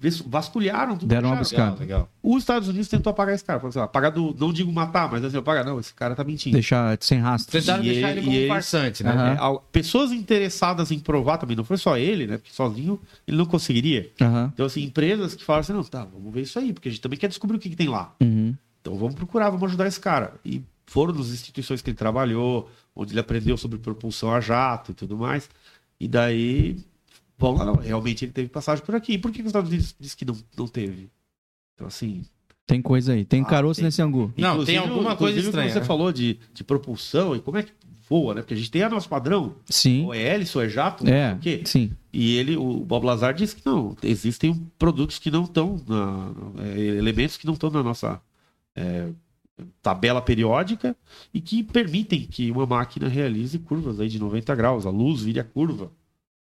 vê- vasculharam tudo. Deram uma acharam. buscada. legal. Os Estados Unidos tentou apagar esse cara. Falou assim, ó, apagar do. Não digo matar, mas assim, apagar, não, esse cara tá mentindo. Deixar sem rastro. Tentaram E deixar ele- ele, e como ele- um farsante, né? Aham. É, al- pessoas interessadas em provar também, não foi só ele, né? Porque sozinho ele não conseguiria. Aham. Então, assim, empresas que falam assim, não, tá, vamos ver isso aí, porque a gente também quer descobrir o que, que tem lá. Uhum. Então vamos procurar, vamos ajudar esse cara. E foram nas instituições que ele trabalhou, onde ele aprendeu sobre propulsão a jato e tudo mais. E daí, vamos lá, não, realmente ele teve passagem por aqui. E por que, que os Estados Unidos disse que não, não teve? Então, assim, Tem coisa aí. Tem Ah, caroço tem. nesse angu. Não, Inclusive, tem alguma inclusive coisa o que estranha. Você né? falou de, de propulsão e como é que voa, né? Porque a gente tem a nosso padrão, Sim. ou é hélice, ou é jato, não É. sei o quê. Sim. E ele, o Bob Lazar disse que não, existem produtos que não estão, na- é, elementos que não estão na nossa é, tabela periódica e que permitem que uma máquina realize curvas aí de 90 graus, a luz vire a curva.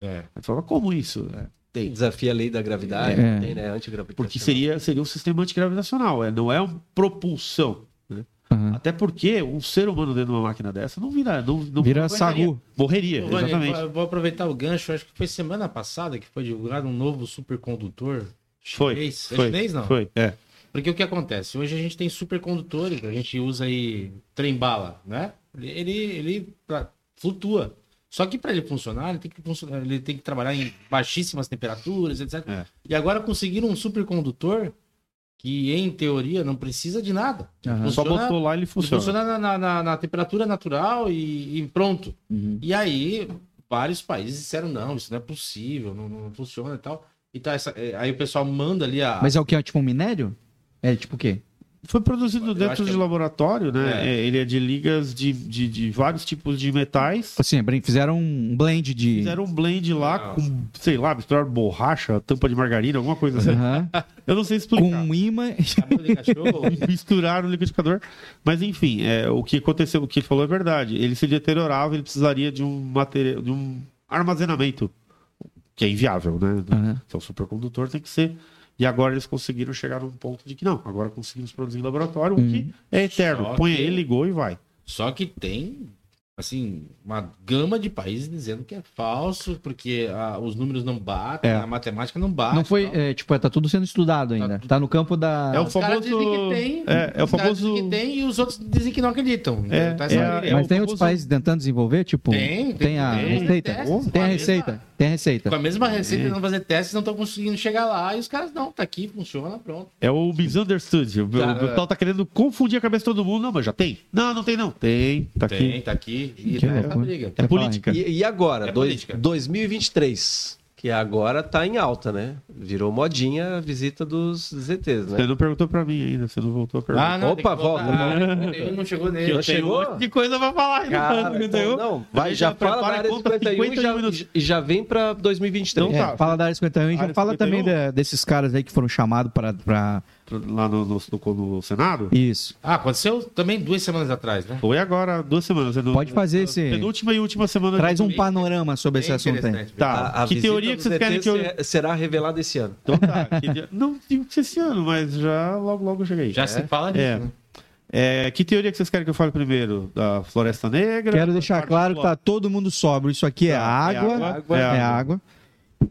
É. Aí tu fala, como isso? É, tem. Desafia a lei da gravidade, É. tem, né? Antigravitacional. Porque seria, seria um sistema antigravitacional, é, não é uma propulsão. né? Aham. Até porque um ser humano dentro de uma máquina dessa não vira. Não, não Vira não sagu. aguentaria. Morreria, Ô, Vânia, exatamente. eu vou aproveitar o gancho, acho que foi semana passada que foi divulgado um novo supercondutor. Foi. Chinês. É Foi. chinês, não? Foi, é. Porque o que acontece? Hoje a gente tem supercondutores, a gente usa aí trem-bala, né? Ele, ele pra- flutua. Só que para ele funcionar, ele tem que funcionar, ele tem que trabalhar em baixíssimas temperaturas, etc. É. E agora conseguiram um supercondutor que, em teoria, não precisa de nada. Aham. Só botou lá e ele Então, Funciona, funciona. na, na- na- na temperatura natural e, e pronto. Uhum. E aí, vários países disseram, não, isso não é possível, não, não funciona e tal. Então, essa- é, aí o pessoal manda ali a... Mas é o que? É tipo um minério? É tipo o quê? Foi produzido dentro acho que de é- laboratório, né? É. É, Ele é de ligas de, de, de vários tipos de metais. Assim, brin- fizeram um blend de. Fizeram um blend lá Ah. com, sei lá, misturaram borracha, tampa de margarina, alguma coisa assim. Aham. Eu não sei Com explicar. um imã. Cabelo de cachorro, Misturaram o liquidificador. Mas enfim, é, o que aconteceu, o que ele falou é verdade. Ele se deteriorava, ele precisaria de um material, de um armazenamento. Que é inviável, né? Aham. Então, o supercondutor tem que ser. E agora eles conseguiram chegar num ponto de que não, agora conseguimos produzir em laboratório, o Uhum. que é eterno. Só Põe que- aí, ligou e vai. Só que tem, assim, uma gama de países dizendo que é falso, porque ah, os números não batem, É. a matemática não bate. Não foi. e tal. é, tipo, é, tá tudo sendo estudado ainda. tudo- Tá no campo da. É o Os caras dizem famoso- que tem, é, é o os caras dizem famoso- que tem e os outros dizem que não acreditam. É, Tá é essa a- briga. é Mas o tem famoso- outros países tentando desenvolver? Tipo. Tem, tem- tem a tem receita? testes, Tem a tem receita. mesma- Tem a receita. Com a mesma receita, não fazer teste, não estão conseguindo chegar lá. E os caras, não, tá aqui, funciona, pronto. É o misunderstood. O Tá. o pessoal tá querendo confundir a cabeça de todo mundo. Não, mas já tem? Não, não tem não. Tem, tá Tem, aqui. tá aqui. E Que tá essa loucura. briga. É Vai falar, política. Ricardo. E, e agora, É dois- política. 2023. O que agora tá em alta, né? Virou modinha a visita dos ZTs, né? Você não perguntou pra mim ainda, você não voltou a perguntar. Ah, não, Opa, tem que voltar. volta. Ah, Ele não chegou Que nele. eu tenho um monte de coisa pra falar ainda. Cara, então, entendeu? não, vai, Ele já já fala da prepara área e conta 51 e 50 já, minutos. e já vem pra 2023. Então tá. É, fala da área 51 e já Área fala 51. também da- desses caras aí que foram chamados pra, pra. Lá no, no, no- no Senado? Isso. Ah, aconteceu também duas semanas atrás, né? Foi agora, duas semanas. é no- Pode fazer esse. Penúltima e última semana. Traz de- um panorama sobre esse Bem assunto aí. interessante. Tá, que visita teoria que dos vocês querem ETs que eu... se- será revelada esse ano. Então tá, que dia- não digo que esse ano, mas já logo logo eu cheguei. Já se fala disso, É. né? É, que teoria que vocês querem que eu fale primeiro? Da Floresta Negra? Quero deixar Parte claro do que tá todo mundo sóbrio. Isso aqui é Tá, é água. É água, água. Tá. é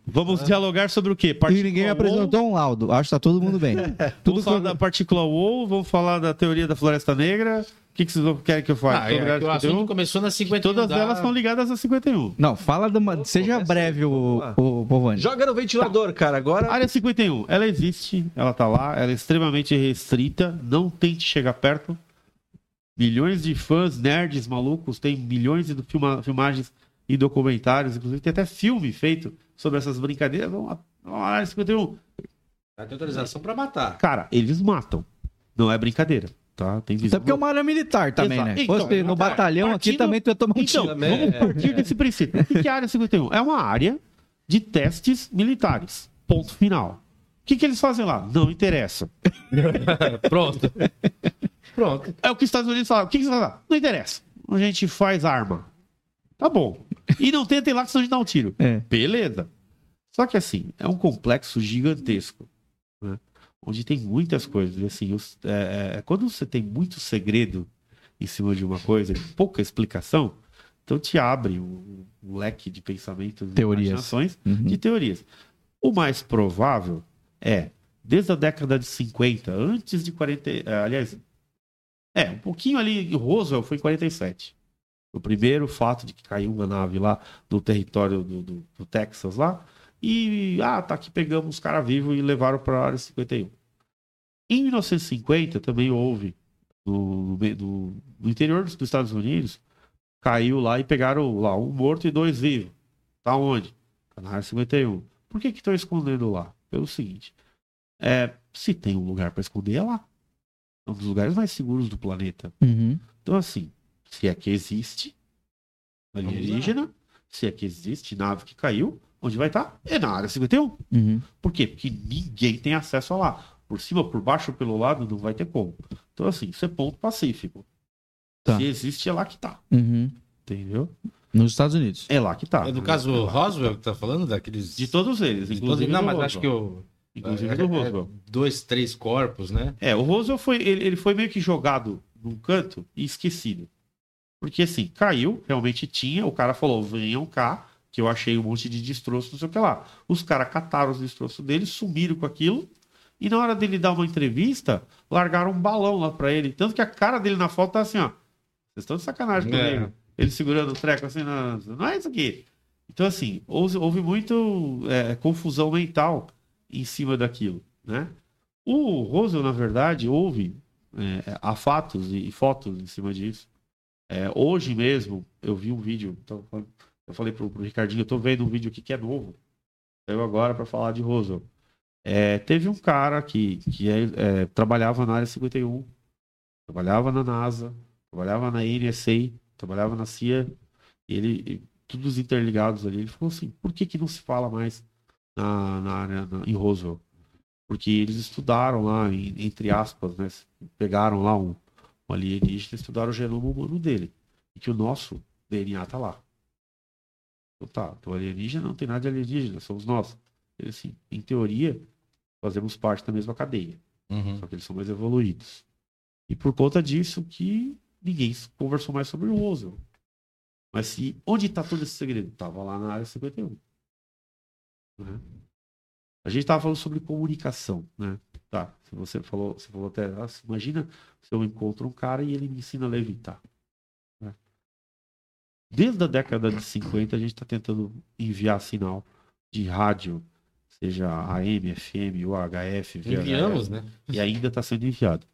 Vamos dialogar sobre o quê? E ninguém me apresentou um laudo. Acho que tá todo mundo bem. Tudo vamos Tudo falar foi- da partícula UOL, vamos falar da teoria da Floresta Negra. O que, que vocês vão- querem que eu fale? Ah, Sobre é, a que o área 51? assunto começou na um 50 Todas elas estão ligadas a 51. Não, fala de uma. Seja começa breve, aí, o, vamos o Povani. Joga no ventilador, cara. Agora. Área 51, ela existe, ela tá lá, ela é extremamente restrita, não tente chegar perto. Milhões de fãs, nerds, malucos, tem milhões de filma- filmagens e documentários, inclusive tem até filme feito sobre essas brincadeiras. Vamos lá, vamos lá, Área 51. Vai ter autorização pra matar. Cara, eles matam, não é brincadeira, tá? Tem visão. Até porque é uma área militar também, Exato. né? Então, Fosse no tá. batalhão aqui Partindo- também tu ia tomar um Então, tiro. Também, vamos é, partir desse princípio. O que que é a área 51? É uma área de testes militares. Ponto final. O que, que eles fazem lá? Não interessa. Pronto. Pronto. É o que os Estados Unidos falaram. O que, que você fala? Não interessa. A gente faz arma. Tá bom. E não tentem lá que senão a gente dá um tiro. É. Beleza. Só que assim, é um complexo gigantesco. né? Onde tem muitas coisas. E, Assim, os- é, é, quando você tem muito segredo em cima de uma coisa, e pouca explicação, então te abre um, um leque de pensamentos e Teorias. imaginações Uhum. de teorias. O mais provável é, desde a década de 50, antes de 40. e- eh, Aliás, é, um pouquinho ali, Roosevelt foi em 47. O primeiro fato de que caiu uma nave lá do território do, do- do Texas lá. E, ah, tá aqui, pegamos os caras vivos e levaram para a área 51. Em 1950 também houve, no, no meio do- no interior dos dos Estados Unidos, caiu lá e pegaram lá um morto e dois vivos. Tá onde? Tá na área 51. Por que que estão escondendo lá? Pelo seguinte, é, se tem um lugar para esconder é lá. É um dos lugares mais seguros do planeta. Uhum. Então assim, se é que existe alienígena, se é que existe nave que caiu, onde vai estar? É na área 51. Uhum. Por quê? Porque ninguém tem acesso a lá. Por cima, por baixo, pelo lado, não vai ter como. Então assim, isso é ponto pacífico. Tá. Se existe, é lá que tá. Uhum. Entendeu? Nos Estados Unidos. É lá que tá. É do caso Roswell que tá falando, daqueles. De todos eles, de inclusive. Não, do mas Roswell. acho que o. é, Inclusive do Roswell. Dois, três corpos, né? É, o Roosevelt foi, ele, ele foi meio que jogado num canto e esquecido. Porque assim, caiu, realmente tinha, o cara falou, venham cá, que eu achei um monte de destroço, não sei o que lá. Os caras cataram os destroços dele, sumiram com aquilo, e na hora dele dar uma entrevista, largaram um balão lá pra ele. Tanto que a cara dele na foto tá assim, ó. Vocês estão de sacanagem É. comigo. Ele segurando o treco assim, não, não é isso aqui. Então, assim, houve, houve muito é, confusão mental em cima daquilo, né? O Roswell, na verdade, houve é, há fatos e, e fotos em cima disso. É, hoje mesmo, eu vi um vídeo, então, eu falei pro, pro Ricardinho, eu tô vendo um vídeo aqui que é novo, saiu agora para falar de Roswell. É, teve um cara que, que é- é, trabalhava na área 51, trabalhava na NASA, trabalhava na NSA, trabalhava na CIA, e ele, e todos interligados ali, ele falou assim, por que que não se fala mais na, na área, na- em Roswell? Porque eles estudaram lá, em- entre aspas, né, pegaram lá um, um alienígena e estudaram o genoma humano dele, e que o nosso DNA tá lá. Então tá, então alienígena não tem nada de alienígena, somos nós. Ele assim, em teoria, fazemos parte da mesma cadeia. Só que eles são mais evoluídos. E por conta disso que ninguém conversou mais sobre o Roswell. Mas se, onde está todo esse segredo? Tava lá na área 51. Né? A gente estava falando sobre comunicação, né? Tá, se você falou, você falou até, "Ah, se imagina se eu encontro um cara e ele me ensina a levitar. né? Desde a década de 50 a gente está tentando enviar sinal de rádio, seja AM, FM, UHF, VHF. Enviamos, né? E ainda está sendo enviado.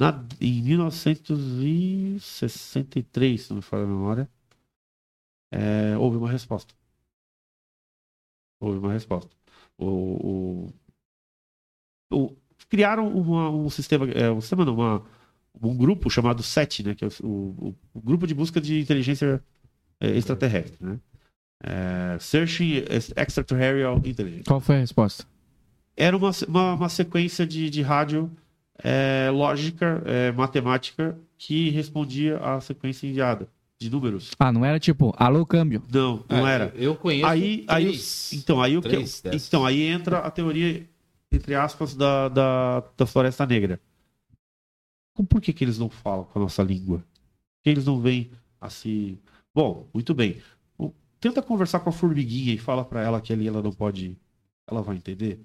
Na- em 1963, se não me falha a memória, é, houve uma resposta. Houve uma resposta. O, o- o- criaram uma- um sistema, é, um sistema não, uma- um grupo chamado SET, né, que é o, o- o grupo de busca de inteligência é, extraterrestre, né? É, Searching Extraterrestrial Intelligence Qual foi a resposta? era uma, uma, uma sequência de, de rádio é, lógica, é, matemática, que respondia à sequência enviada de números. Ah, não era tipo, alô, câmbio. Não, não Ah, era. Eu conheço. Aí, aí, três. os- então, aí o que, Três dessas. então, aí entra a teoria, entre aspas, da, da, da Floresta Negra. Com- Por que, que eles não falam com a nossa língua? Por que eles não vêm assim. Bom, muito bem. O- Tenta conversar com a formiguinha e fala pra ela que ali ela não pode. Ela vai entender?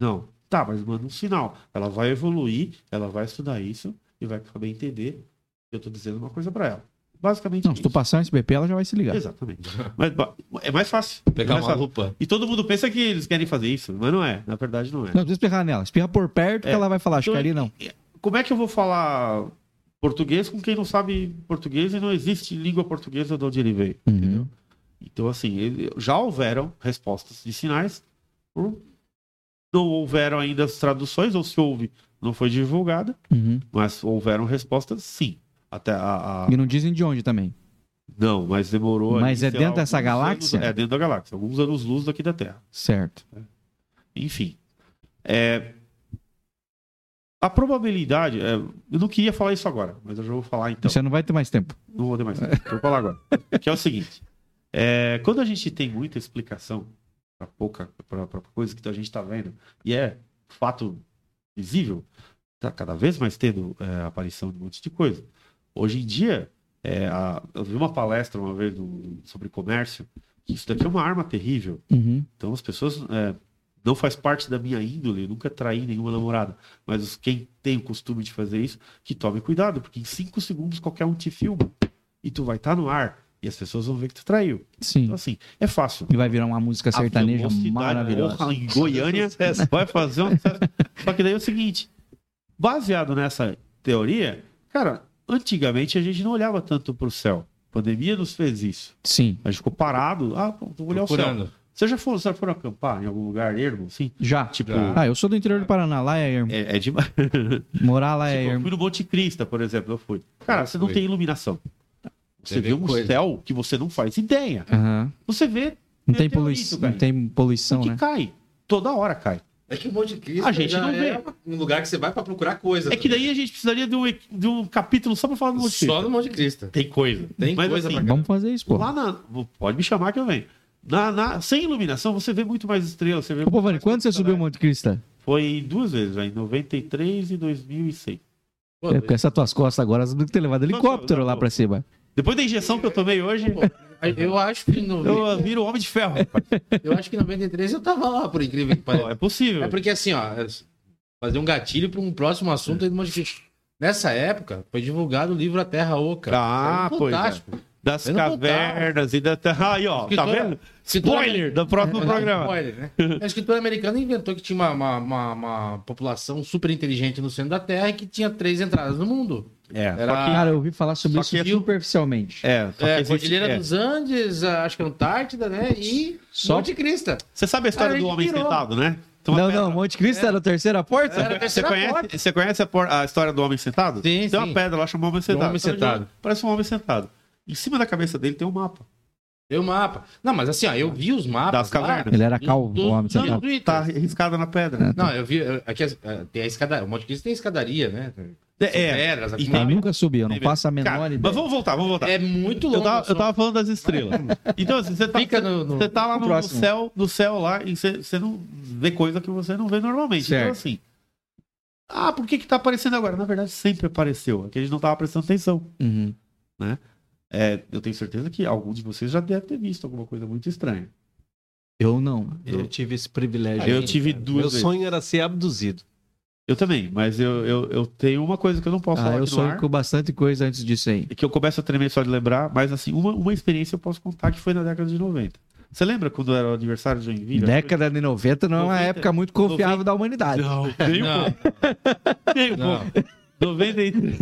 Não. Tá, mas manda um sinal. Ela vai evoluir, ela vai estudar isso e vai saber entender. Eu tô dizendo uma coisa pra ela. Basicamente. é Não, isso. se tu passar um SBP, ela já vai se ligar. Exatamente. Mas ba- é mais fácil. é Pegar mais uma fácil. lupa. E todo mundo pensa que eles querem fazer isso, mas não é. Na verdade, não é. Não, precisa espirrar nela. Espirra por perto É. que ela vai falar, acho que Então, ali não. Como é que eu vou falar português com quem não sabe português e não existe língua portuguesa de onde ele veio? Uhum. Então, assim, ele- já houveram respostas de sinais. ou Não houveram ainda as traduções, ou se houve, não foi divulgada, Uhum. mas houveram respostas sim. Até a. a- E não dizem de onde também. Não, mas demorou. ali, Mas é sei dentro lá, dessa alguns anos- galáxia? é dentro da galáxia, alguns anos luz daqui da Terra. Certo. Enfim. É, a probabilidade. é, eu não queria falar isso agora, mas eu já vou falar então. Você não vai ter mais tempo. Não vou ter mais. tempo. Vou falar agora. Que é o seguinte: é, quando a gente tem muita explicação para pouca pra, pra coisa que a gente está vendo, e é fato visível, tá cada vez mais tendo é, a aparição de um monte de coisa. Hoje em dia, é, a- eu vi uma palestra uma vez do- sobre comércio, que isso daqui é uma arma terrível. Uhum. Então as pessoas é, não faz parte da minha índole, eu nunca traí nenhuma namorada. Mas os- quem tem o costume de fazer isso, que tome cuidado, porque em cinco segundos qualquer um te filma e tu vai estar no ar e as pessoas vão ver que tu traiu. Sim. Então assim, é fácil. E vai virar uma música Um sertaneja A velocidade, maravilhosa. porra, em Goiânia vai fazer um sucesso. Só que daí é o seguinte, baseado nessa teoria, cara, antigamente a gente não olhava tanto pro céu. A pandemia nos fez isso. Sim. A gente ficou parado, ah, vou olhar o céu. Procurando. Você já foram, já foram acampar em algum lugar ermo, assim? Já. Tipo, Ah, eu sou do interior do Paraná, lá é ermo. é, é demais. Morar lá é Tipo, eu ermo. fui no Monte Crista, por exemplo, eu fui. Cara, você não fui. tem iluminação. é Você, Você vê, vê um coisa. céu que você não faz ideia. Aham. Você vê Não, tem meteorito, polui- cara. não tem poluição, que né? cai. Toda hora cai. É que o Monte Cristo A gente já não vê. é um lugar que você vai pra procurar coisa. É que daí a gente precisaria de um, de um capítulo só pra falar do Monte Crista. Só no Monte Cristo. Tem coisa. Tem Mas, coisa assim, pra Vamos fazer isso, pô. Lá na. Pode me chamar que eu venho. Na, na- sem iluminação, você vê muito mais estrelas. Você vê Ô, muito Povani, mais quando você coisa, subiu o né? Monte Crista? Foi duas vezes, velho. Em 93 e 2006. Pô, É, com essas tuas costas agora, você tem que ter levado helicóptero lá pra cima. Depois da injeção que eu tomei hoje, Eu acho que em noven- eu viro homem de ferro. eu acho que em 93 eu tava lá, por incrível que Pô, pareça. é possível. É porque assim, ó, é fazer um gatilho pra um próximo assunto aí do Monte Cristo. Nessa época, foi divulgado o livro A Terra Oca. Ah, Saiu um pois é. fantástico. Das Eu não vou cavernas e da terra. Aí, ó, tá Escritora- vendo? escritora- Spoiler do próximo programa. Spoiler, né? A escritora americana inventou que tinha uma, uma, uma- uma população super inteligente no centro da Terra e que tinha três entradas no mundo. É, Era- só Cara, eu ouvi falar sobre Só isso que é- superficialmente. que. É, só que É, existe- Cordilheira é. dos Andes, a- acho que Antártida, né? E Só- Monte Crista. Você sabe a história Cara, do ele homem pirou. sentado, né? Tem uma É. Não, pedra- não, Monte Cristo era a terceira porta? Era a Você terceira porta. conhece, você conhece a, por- a história do homem sentado? Sim, tem uma sim. pedra lá chamada homem Do sentado. homem Então, sentado. ele- Parece um homem sentado. Em cima da cabeça dele tem um mapa. Tem o mapa. Não, mas assim, ó, eu vi os mapas. Das cavernas. Ele era dos- calvo, o dos- homem. dos sabe? Twitter. Tá riscado na pedra. Não, eu vi. eu- Aqui as- eh, tem a escadaria. O Monte Cristo tem escadaria, né? São É, é. pedras, E Eu acumuladas. nunca subi, eu não Tem faço a menor Cara, ideia. mas vamos voltar, vamos voltar. É muito longo. Eu tava, eu só- tava falando das estrelas. Então, assim, você tá, Fica no- no- você tá lá no, no próximo. céu, no céu lá e você, você não vê coisa que você não vê normalmente. Então, assim. Ah, por que que tá aparecendo agora? Na verdade, sempre apareceu. É que a gente não tava prestando atenção. Uhum. É, eu tenho certeza que algum de vocês já deve ter visto alguma coisa muito estranha. Eu não. Eu não tive esse privilégio. eu tive duas Meu vezes. sonho era ser abduzido. Eu também, mas eu, eu, eu tenho uma coisa que eu não posso Ah, falar eu aqui no ar, sonho com bastante coisa antes disso aí. é que eu começo a tremer só de lembrar, mas assim, uma, uma experiência eu posso contar que foi na década de 90. Você lembra quando era o aniversário de Joinville? Década de 90 não é uma 90, época muito confiável da humanidade. Não, nem um pouco. Não, Nem um não. pouco. 93.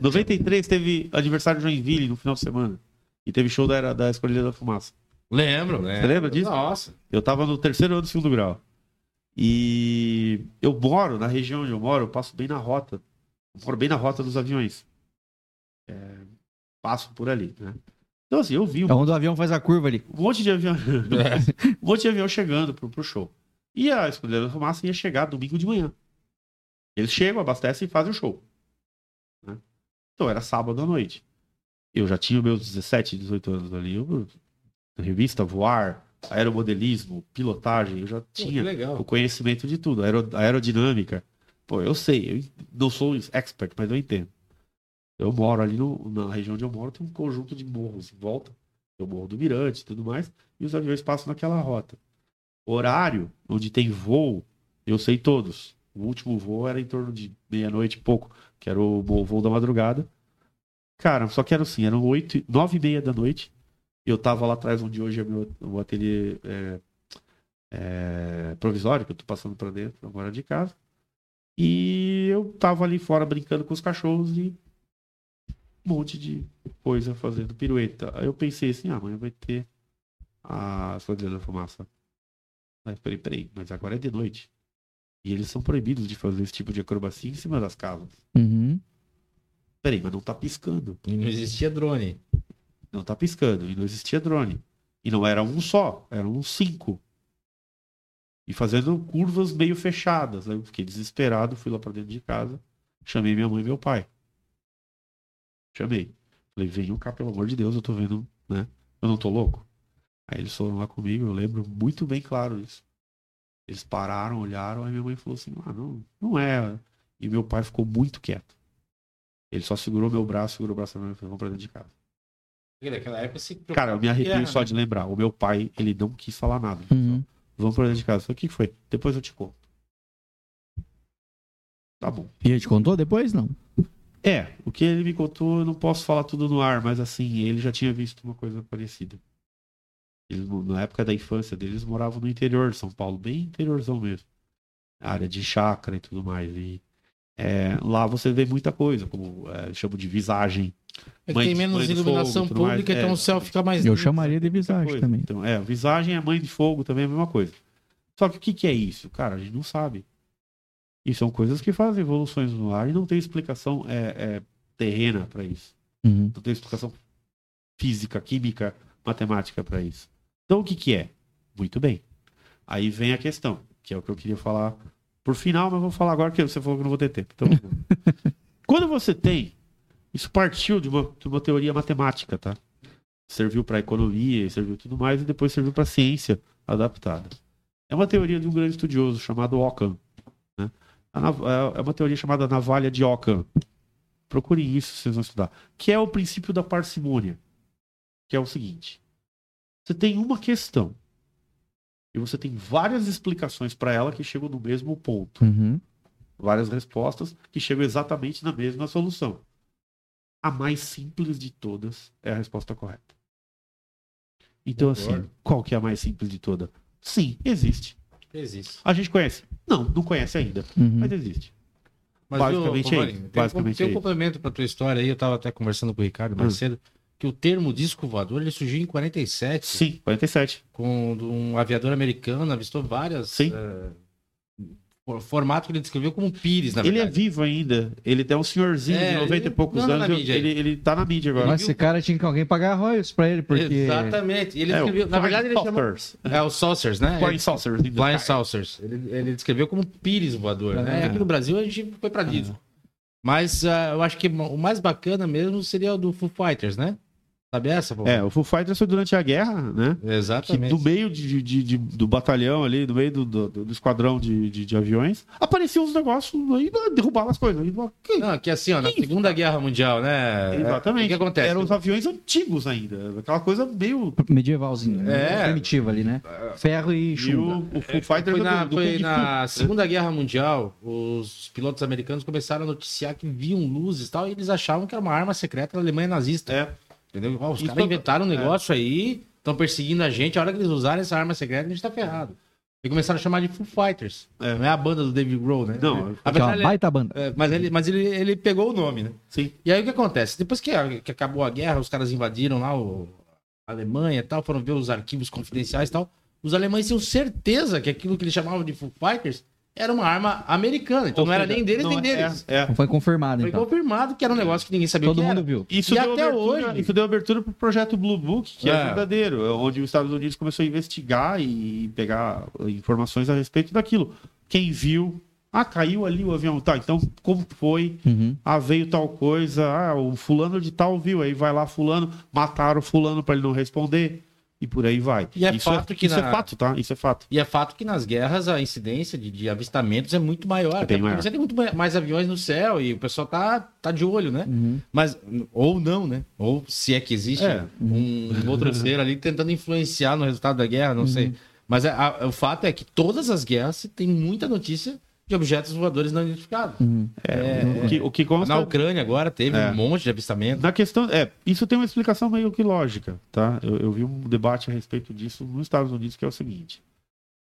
93 teve aniversário de Joinville no final de semana. E teve show da, era- da Escolha da Fumaça. Lembro, né? Você lembra disso? Nossa. Eu tava no terceiro ano do segundo grau. E eu moro, na região onde eu moro, eu passo bem na rota. Eu moro bem na rota dos aviões. É, passo por ali, né? Então, assim, eu vi um, É onde o avião faz a curva ali. um monte de avião. um monte de avião chegando pro, pro show. E a Esquadrilha da Fumaça ia chegar domingo de manhã. Eles chegam, abastecem e fazem o show. né? Então era sábado à noite. Eu já tinha meus 17, 18 anos ali. Eu, revista Voar, aeromodelismo, pilotagem, eu já Que tinha o legal. conhecimento de tudo, aero- aerodinâmica. Pô, eu sei, eu não sou um expert, mas eu entendo. Eu moro ali no- na região onde eu moro, tem um conjunto de morros em volta. Tem o Morro do Mirante e tudo mais, e os aviões passam naquela rota. Horário, onde tem voo, eu sei todos. O último voo era em torno de meia-noite e pouco, que era o bo- voo da madrugada. Cara, só que era assim, eram oito, e- nove e meia da noite. Eu tava lá atrás onde hoje é meu, o ateliê é, é, provisório, que eu tô passando pra dentro agora de casa. E eu tava ali fora brincando com os cachorros e um monte de coisa fazendo pirueta. Aí eu pensei assim, ah, amanhã vai ter a Esquadrilha da Fumaça. Mas peraí, peraí, mas agora é de noite. E eles são proibidos de fazer esse tipo de acrobacia em cima das casas. Uhum. Peraí, mas não tá piscando. E não existia drone. Não tá piscando. E não existia drone. E não era um só, eram cinco. E fazendo curvas meio fechadas. Aí eu fiquei desesperado, fui lá pra dentro de casa, chamei minha mãe e meu pai. Chamei. Falei, venham cá, pelo amor de Deus, eu tô vendo, né? Eu não tô louco. Aí eles foram lá comigo, eu lembro muito bem claro isso. Eles pararam, olharam, aí minha mãe falou assim, ah, não, não é. E meu pai ficou muito quieto. Ele só segurou meu braço, segurou o braço da minha mãe e falou, vamos pra dentro de casa. Porque Naquela época assim, se Cara, eu me arrepio Guerra, só né? de lembrar. O meu pai, ele não quis falar nada. Uhum. Vamos pra dentro de casa. Eu falei, O que que foi? Depois eu te conto. Tá bom. E ele te contou depois? Não. É, o que ele me contou, eu não posso falar tudo no ar, mas assim, ele já tinha visto uma coisa parecida. Eles, mo- na época da infância deles, moravam no interior de São Paulo, bem interiorzão mesmo. Área de chácara e tudo mais. E é, lá você vê muita coisa, como é, chamam de visagem. É que Mãe tem de- menos mãe de iluminação fogo, tudo mais. pública, então É. o céu fica mais. Eu limpo. chamaria de muita visagem coisa. também. Então, é, visagem é mãe de fogo também é a mesma coisa. Só que o que, que é isso? Cara, a gente não sabe. E são coisas que fazem evoluções no ar e não tem explicação é, é, terrena pra isso. Uhum. Não tem explicação física, química, matemática pra isso. Então o que, que é? Muito bem. Aí vem a questão, que é o que eu queria falar por final, mas vou falar agora que você falou que eu não vou ter tempo. Então, quando você tem, isso partiu de uma, de uma teoria matemática, tá? Serviu para economia, e serviu tudo mais e depois serviu para ciência adaptada. É uma teoria de um grande estudioso chamado Ockham. né? A nav- é- É uma teoria chamada navalha de Ockham. Procurem isso, vocês vão estudar. Que é o princípio da parcimônia. Que é o seguinte: você tem uma questão e você tem várias explicações para ela que chegam no mesmo ponto Uhum. várias respostas que chegam exatamente na mesma solução. A mais simples de todas é a resposta correta. Então, assim, Concordo. qual que é a mais simples de toda? Sim, existe. Existe. A gente conhece? Não, não conhece ainda, Uhum. mas existe. Mas Basicamente eu, é Giovanni, isso. tem um- Basicamente tem é um isso. complemento pra tua história aí, eu tava até conversando com o Ricardo mais Hum. cedo, que o termo disco voador ele surgiu em 47, Sim, 47. quando um aviador americano avistou várias. Sim. eh, for- formato que ele descreveu como um pires, na ele é verdade. vivo ainda. Ele é um senhorzinho de É, 90 e ele poucos anda na anos. eu- mídia aí. ele, ele tá na mídia agora. Mas esse cara tinha que alguém pagar royalties pra ele, porque. Exatamente. Ele É, o descreveu, na Flying verdade, ele chamou... Saucers. É o Saucers, né? Flying Saucers. in the Flying sky. Saucers. Ele, ele descreveu como um pires voador, né? É. Aqui no Brasil a gente foi pra disco. Mas ah, eu acho que o mais bacana mesmo seria o do Foo Fighters, né? Sabe essa, pô? É, o Foo Fighters foi durante a guerra, né? que Exatamente. no meio de, de- de- do batalhão ali, no meio do, do- do esquadrão de, de- de aviões, apareciam uns negócios aí, derrubavam as coisas. Aí, que- Não, que assim, ó, na Que isso, Segunda Guerra Mundial, né? Exatamente. O que acontece? Eram os aviões antigos ainda. Aquela coisa meio. Medievalzinho. É. É. Primitivo ali, né? Ferro e chumbo. meio Ah. o Foo Fighters Foi do- na, do foi Kung Fu. na Segunda Guerra Mundial, os pilotos americanos começaram a noticiar que viam luzes e tal, e eles achavam que era uma arma secreta da Alemanha nazista. É. Entendeu? Ó, os Isso caras é- inventaram um negócio aí, estão perseguindo a gente, a hora que eles usarem essa arma secreta, a gente tá ferrado. E começaram a chamar de Foo Fighters. É. Não é a banda do David Grohl, né? Não, A Que é verdade, uma ele- baita banda. é, mas ele, mas ele, ele pegou o nome, né? Sim. E aí o que acontece? Depois que, a- que acabou a guerra, os caras invadiram lá o, Alemanha e tal, foram ver os arquivos confidenciais e tal. Os alemães tinham certeza que aquilo que eles chamavam de Foo Fighters era uma arma americana. Então Ou não era seja, nem deles, não nem é- deles. é. Foi confirmado, Foi então. confirmado que era um negócio que ninguém sabia o Todo que mundo era. viu. Isso E deu até abertura- hoje- Isso deu abertura pro projeto Blue Book, que é, É. verdadeiro, onde os Estados Unidos começou a investigar e pegar informações a respeito daquilo. Quem viu. Ah, caiu ali o avião. Tá, então como foi? Uhum. Ah, veio tal coisa. Ah, o fulano de tal viu. Aí vai lá fulano, mataram o fulano para ele não responder. E por aí vai. E é isso fato que isso na- é fato, tá? Isso é fato. E é fato que nas guerras a incidência de, de avistamentos é muito maior. até bem porque maior. Você tem muito ma- mais aviões no céu e o pessoal tá, tá de olho, né? uhum. Mas, ou não, né? Ou se é que existe É. um outro ser ali tentando influenciar no resultado da guerra, não Uhum. sei. Mas a- a- o fato é que todas as guerras se tem muita notícia de objetos voadores não identificados. É, O que, o que consta Na Ucrânia agora teve É. um monte de avistamento. Na questão, é, isso tem uma explicação meio que lógica, tá? Eu, eu vi um debate a respeito disso nos Estados Unidos, que é o seguinte: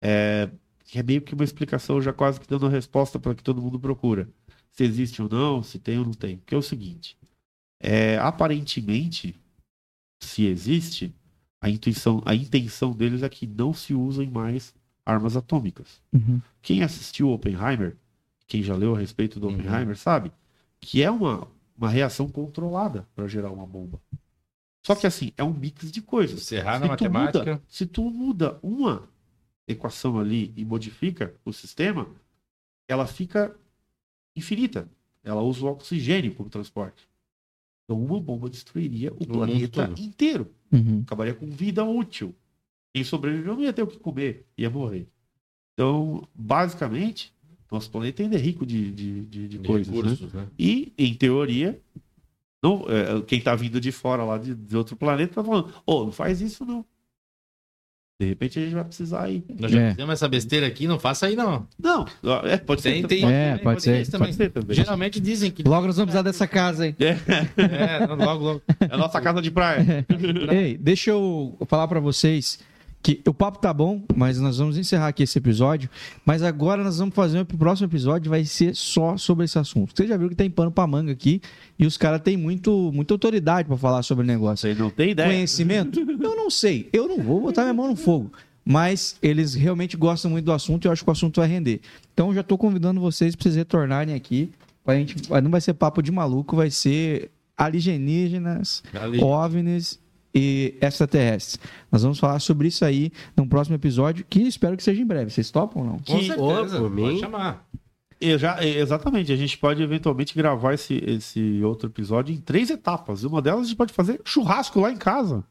é, que é meio que uma explicação já quase que dando a resposta para que todo mundo procura. Se existe ou não, se tem ou não tem. Que é o seguinte: é, aparentemente, se existe, a, intuição, a intenção deles é que não se usem mais armas atômicas. Uhum. Quem assistiu Oppenheimer, quem já leu a respeito Uhum. do Oppenheimer, sabe que é uma, uma reação controlada para gerar uma bomba. Só que assim, é um mix de coisas. Se errar Se Ah, na tu matemática. muda- se tu muda uma equação ali e modifica o sistema, ela fica infinita. Ela usa o oxigênio como transporte. Então, uma bomba destruiria o mundo planeta todo. inteiro. Uhum. Acabaria com vida útil. Quem sobreviveu não ia ter o que comer, ia morrer. Então, basicamente, nosso planeta ainda é rico de, de, de, de coisas. né? recursos, né? E, em teoria, não, é, quem tá vindo de fora lá de, de outro planeta tá falando, ô, não faz isso não. De repente a gente vai precisar ir. Nós já É. fizemos essa besteira aqui, não faça aí não. Não, é, pode ser. Tem, também. tem. um- É, também, pode ser, isso Pode ser também. Geralmente dizem que. Logo nós vamos precisar dessa casa, hein? É, logo, logo. É a nossa casa de praia. Ei, deixa eu falar pra vocês que o papo tá bom, mas nós vamos encerrar aqui esse episódio. Mas agora nós vamos fazer um o próximo episódio vai ser só sobre esse assunto. Vocês já viram que tem pano pra manga aqui e os caras têm muito muita autoridade pra falar sobre o negócio. Vocês não têm ideia. Conhecimento? Eu não sei. Eu não vou botar minha mão no fogo. Mas eles realmente gostam muito do assunto e eu acho que o assunto vai render. Então eu já tô convidando vocês pra vocês retornarem aqui. Pra gente, ah, não vai ser papo de maluco, vai ser alienígenas Ali. OVNIs e extraterrestres. Nós vamos falar sobre isso aí num próximo episódio, que espero que seja em breve. Vocês topam ou não? Com que- certeza, Ô, por pode mim- chamar. Eu já- é, exatamente, a gente pode eventualmente gravar esse, esse outro episódio em três etapas. Uma delas a gente pode fazer churrasco lá em casa.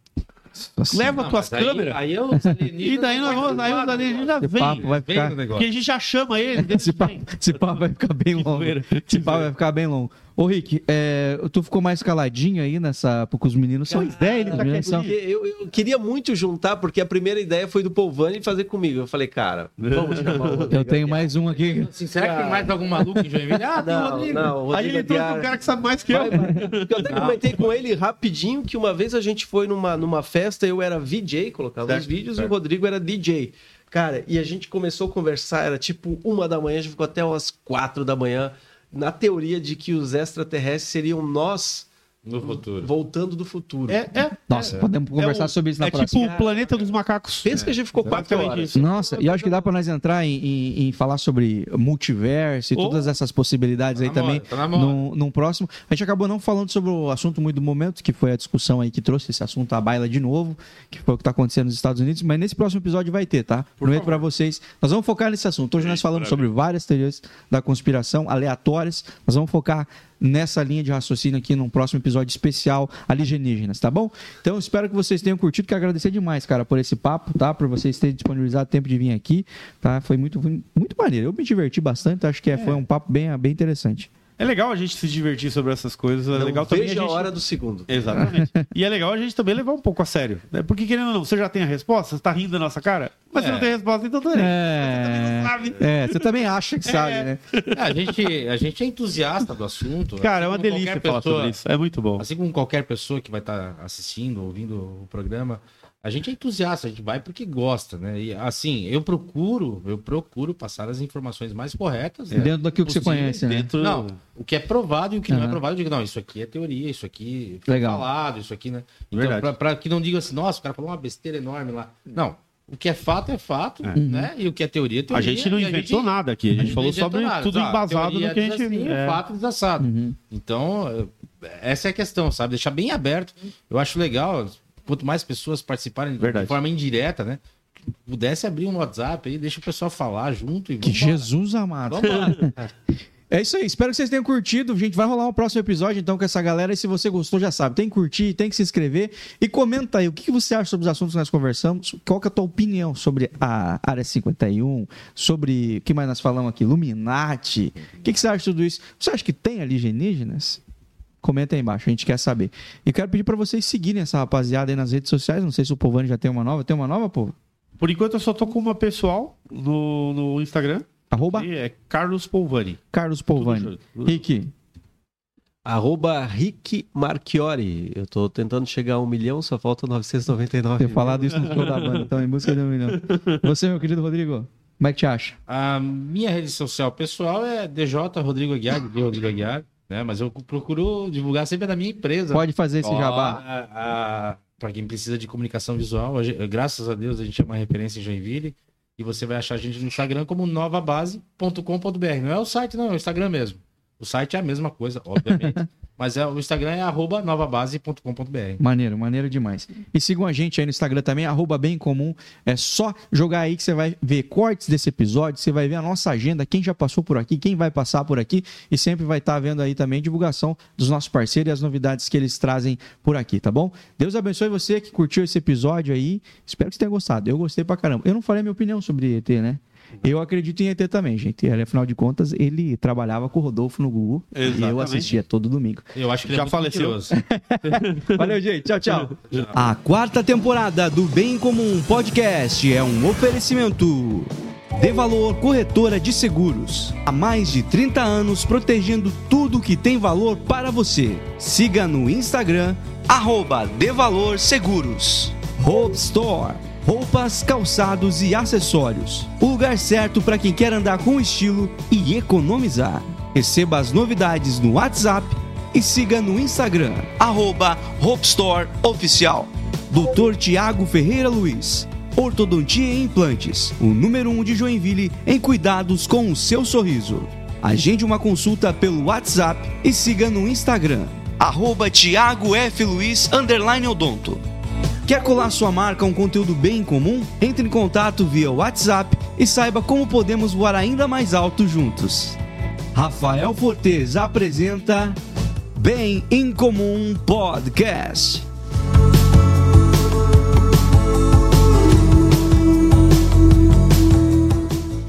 Assim, Leva Não, tuas mas aí- câmeras. Aí eu. os alienígenas E daí nós não vamos, aí os participar, alienígenas Esse papo vêm. vai Vem no ficar. Porque negócio. a gente já chama eles. Esse eles papo, vêm. esse papo vai ficar bem longo. zoeira, Esse papo vai ficar bem longo. Ô, Rick, é, tu ficou mais caladinho aí nessa. Porque os meninos são. Pois é, ele tá Eles são- quietinho. Eu, eu queria muito juntar, porque a primeira ideia foi do Polvani fazer comigo. Eu falei, cara, vamos chamar o Rodrigo Eu tenho Aguiar. mais um É. aqui. Assim, será que tem mais algum maluco em Joinville? Ah, tem o Não, Rodrigo. não, o Rodrigo Aí ele trouxe Aguiar- um cara que sabe mais que eu. Vai, vai. Eu até Ah. comentei com ele rapidinho que uma vez a gente foi numa, numa festa, eu era VJ, colocava os vídeos, e o Rodrigo era DJ. Cara, e a gente começou a conversar, era tipo uma da manhã, a gente ficou até umas quatro da manhã, na teoria de que os extraterrestres seriam nós No futuro. voltando do futuro. É, é. Nossa, podemos conversar o- sobre isso na é próxima. tipo o planeta dos macacos. Pensa que a gente ficou quatro Basicamente horas. isso. Nossa, e acho que dá pra nós entrar em, em- em falar sobre multiverso e Ou- todas essas possibilidades Tá aí na moda, também tá na moda. num, num próximo. A gente acabou não falando sobre o assunto muito do momento, que foi a discussão aí que trouxe esse assunto à baila de novo, que foi o que tá acontecendo nos Estados Unidos, mas nesse próximo episódio vai ter, tá? Prometo pra vocês. Nós vamos focar nesse assunto. Hoje nós falamos sobre várias teorias da conspiração aleatórias. Nós vamos focar nessa linha de raciocínio aqui num próximo episódio especial alienígenas, tá bom? Então espero que vocês tenham curtido, que agradecer demais, cara, por esse papo, tá? Por vocês terem disponibilizado tempo de vir aqui, tá? Foi muito, foi muito maneiro. Eu me diverti bastante, acho que é, foi um papo bem, bem interessante. É legal a gente se divertir sobre essas coisas. É Não legal também a veja gente. a hora do segundo. Exatamente. e é legal a gente também levar um pouco a sério. Né? Porque, querendo ou não, você já tem a resposta? Você tá rindo da nossa cara? Mas você não tem resposta, então tá aí. É, Sabe? é, você também acha que sabe, né? É, a, gente, a gente é entusiasta do assunto. Cara, é uma Assim como delícia qualquer falar sobre isso. É muito bom. Assim como qualquer pessoa que vai estar assistindo, ouvindo o programa, a gente é entusiasta, a gente vai porque gosta, né? E assim, eu procuro, eu procuro passar as informações mais corretas, É. né? Dentro daquilo que você Possível conhece, né? Dentro... Não, o que é provado e o que não é Aham. provado, eu digo, não, isso aqui é teoria, isso aqui foi Legal. falado, isso aqui, né? Verdade. Então, pra, pra que não diga assim, nossa, o cara falou uma besteira enorme lá. Não, o que é fato é fato, né? E o que é teoria é teoria. a gente não e inventou nada aqui. A gente, não falou inventou sobre nada. tudo Ah, embasado teoria no que a diz gente. assim, é. fato desassado. Uhum. Então, eh, essa é a questão, sabe? Deixar bem aberto. Eu acho legal, quanto mais pessoas participarem Verdade. de forma indireta, né? Pudesse abrir um WhatsApp aí, deixa o pessoal falar junto e Que vambora. Jesus amado. Vambora. É isso aí, espero que vocês tenham curtido. Gente, vai rolar um próximo episódio então com essa galera. E se você gostou, já sabe, tem que curtir, tem que se inscrever. E comenta aí o que que você acha sobre os assuntos que nós conversamos. Qual que é a tua opinião sobre a Área 51? Sobre o que mais nós falamos aqui? Illuminati? O que, que você acha de tudo isso? Você acha que tem alienígenas? Comenta aí embaixo, a gente quer saber. E quero pedir pra vocês seguirem essa rapaziada aí nas redes sociais. Não sei se o Povani já tem uma nova. Tem uma nova, povo? Por enquanto eu só tô com uma pessoal no, no Instagram. Arroba E é Carlos Polvani. Carlos Tudo Povani. junto. Rick, Arroba Rick Marchiori. Eu tô tentando chegar a um milhão, só falta 999. ter falado isso no show da banda, então, em busca de um milhão. Você, meu querido Rodrigo, como é que te acha? A minha rede social pessoal é DJ Rodrigo Aguiar, DJ Rodrigo Aguiar, né? Mas eu procuro divulgar sempre da minha empresa. Pode fazer esse Ó, jabá. a- a- Pra quem precisa de comunicação visual, a gen- graças a Deus a gente é uma referência em Joinville. E você vai achar a gente no Instagram como novabase.com.br. Não é o site, não, é o Instagram mesmo. O site é a mesma coisa, obviamente. mas é, o Instagram é arroba novabase.com.br. Maneiro, maneiro demais. E sigam a gente aí no Instagram também, arroba bem comum. É só jogar aí que você vai ver cortes desse episódio, você vai ver a nossa agenda, quem já passou por aqui, quem vai passar por aqui e sempre vai estar vendo aí também divulgação dos nossos parceiros e as novidades que eles trazem por aqui, tá bom? Deus abençoe você que curtiu esse episódio aí. Espero que você tenha gostado. Eu gostei pra caramba. Eu não falei a minha opinião sobre ET, né? Eu acredito em ET também, gente. Afinal de contas, ele trabalhava com o Rodolfo no Google e eu Exatamente. assistia todo domingo. Eu acho que ele é Já muito faleceu. mentiroso. Valeu, gente. Tchau, tchau. A quarta temporada do Bem Comum Podcast é um oferecimento. De Valor Corretora de Seguros. Há mais de 30 anos protegendo tudo que tem valor para você. Siga no Instagram, arroba De Valor Seguros. Hope Store. Roupas, calçados e acessórios. O lugar certo para quem quer andar com estilo e economizar. Receba as novidades no WhatsApp e siga no Instagram, arroba Hope Store Oficial. Dr. Tiago Ferreira Luiz, Ortodontia e Implantes, o número 1 um de Joinville em cuidados com o seu sorriso. Agende uma consulta pelo WhatsApp e siga no Instagram, arroba Tiago F. Luiz, underline odonto. Quer colar sua marca a um conteúdo bem comum? Entre em contato via WhatsApp e saiba como podemos voar ainda mais alto juntos. Rafael Fortes apresenta Bem em Comum Podcast.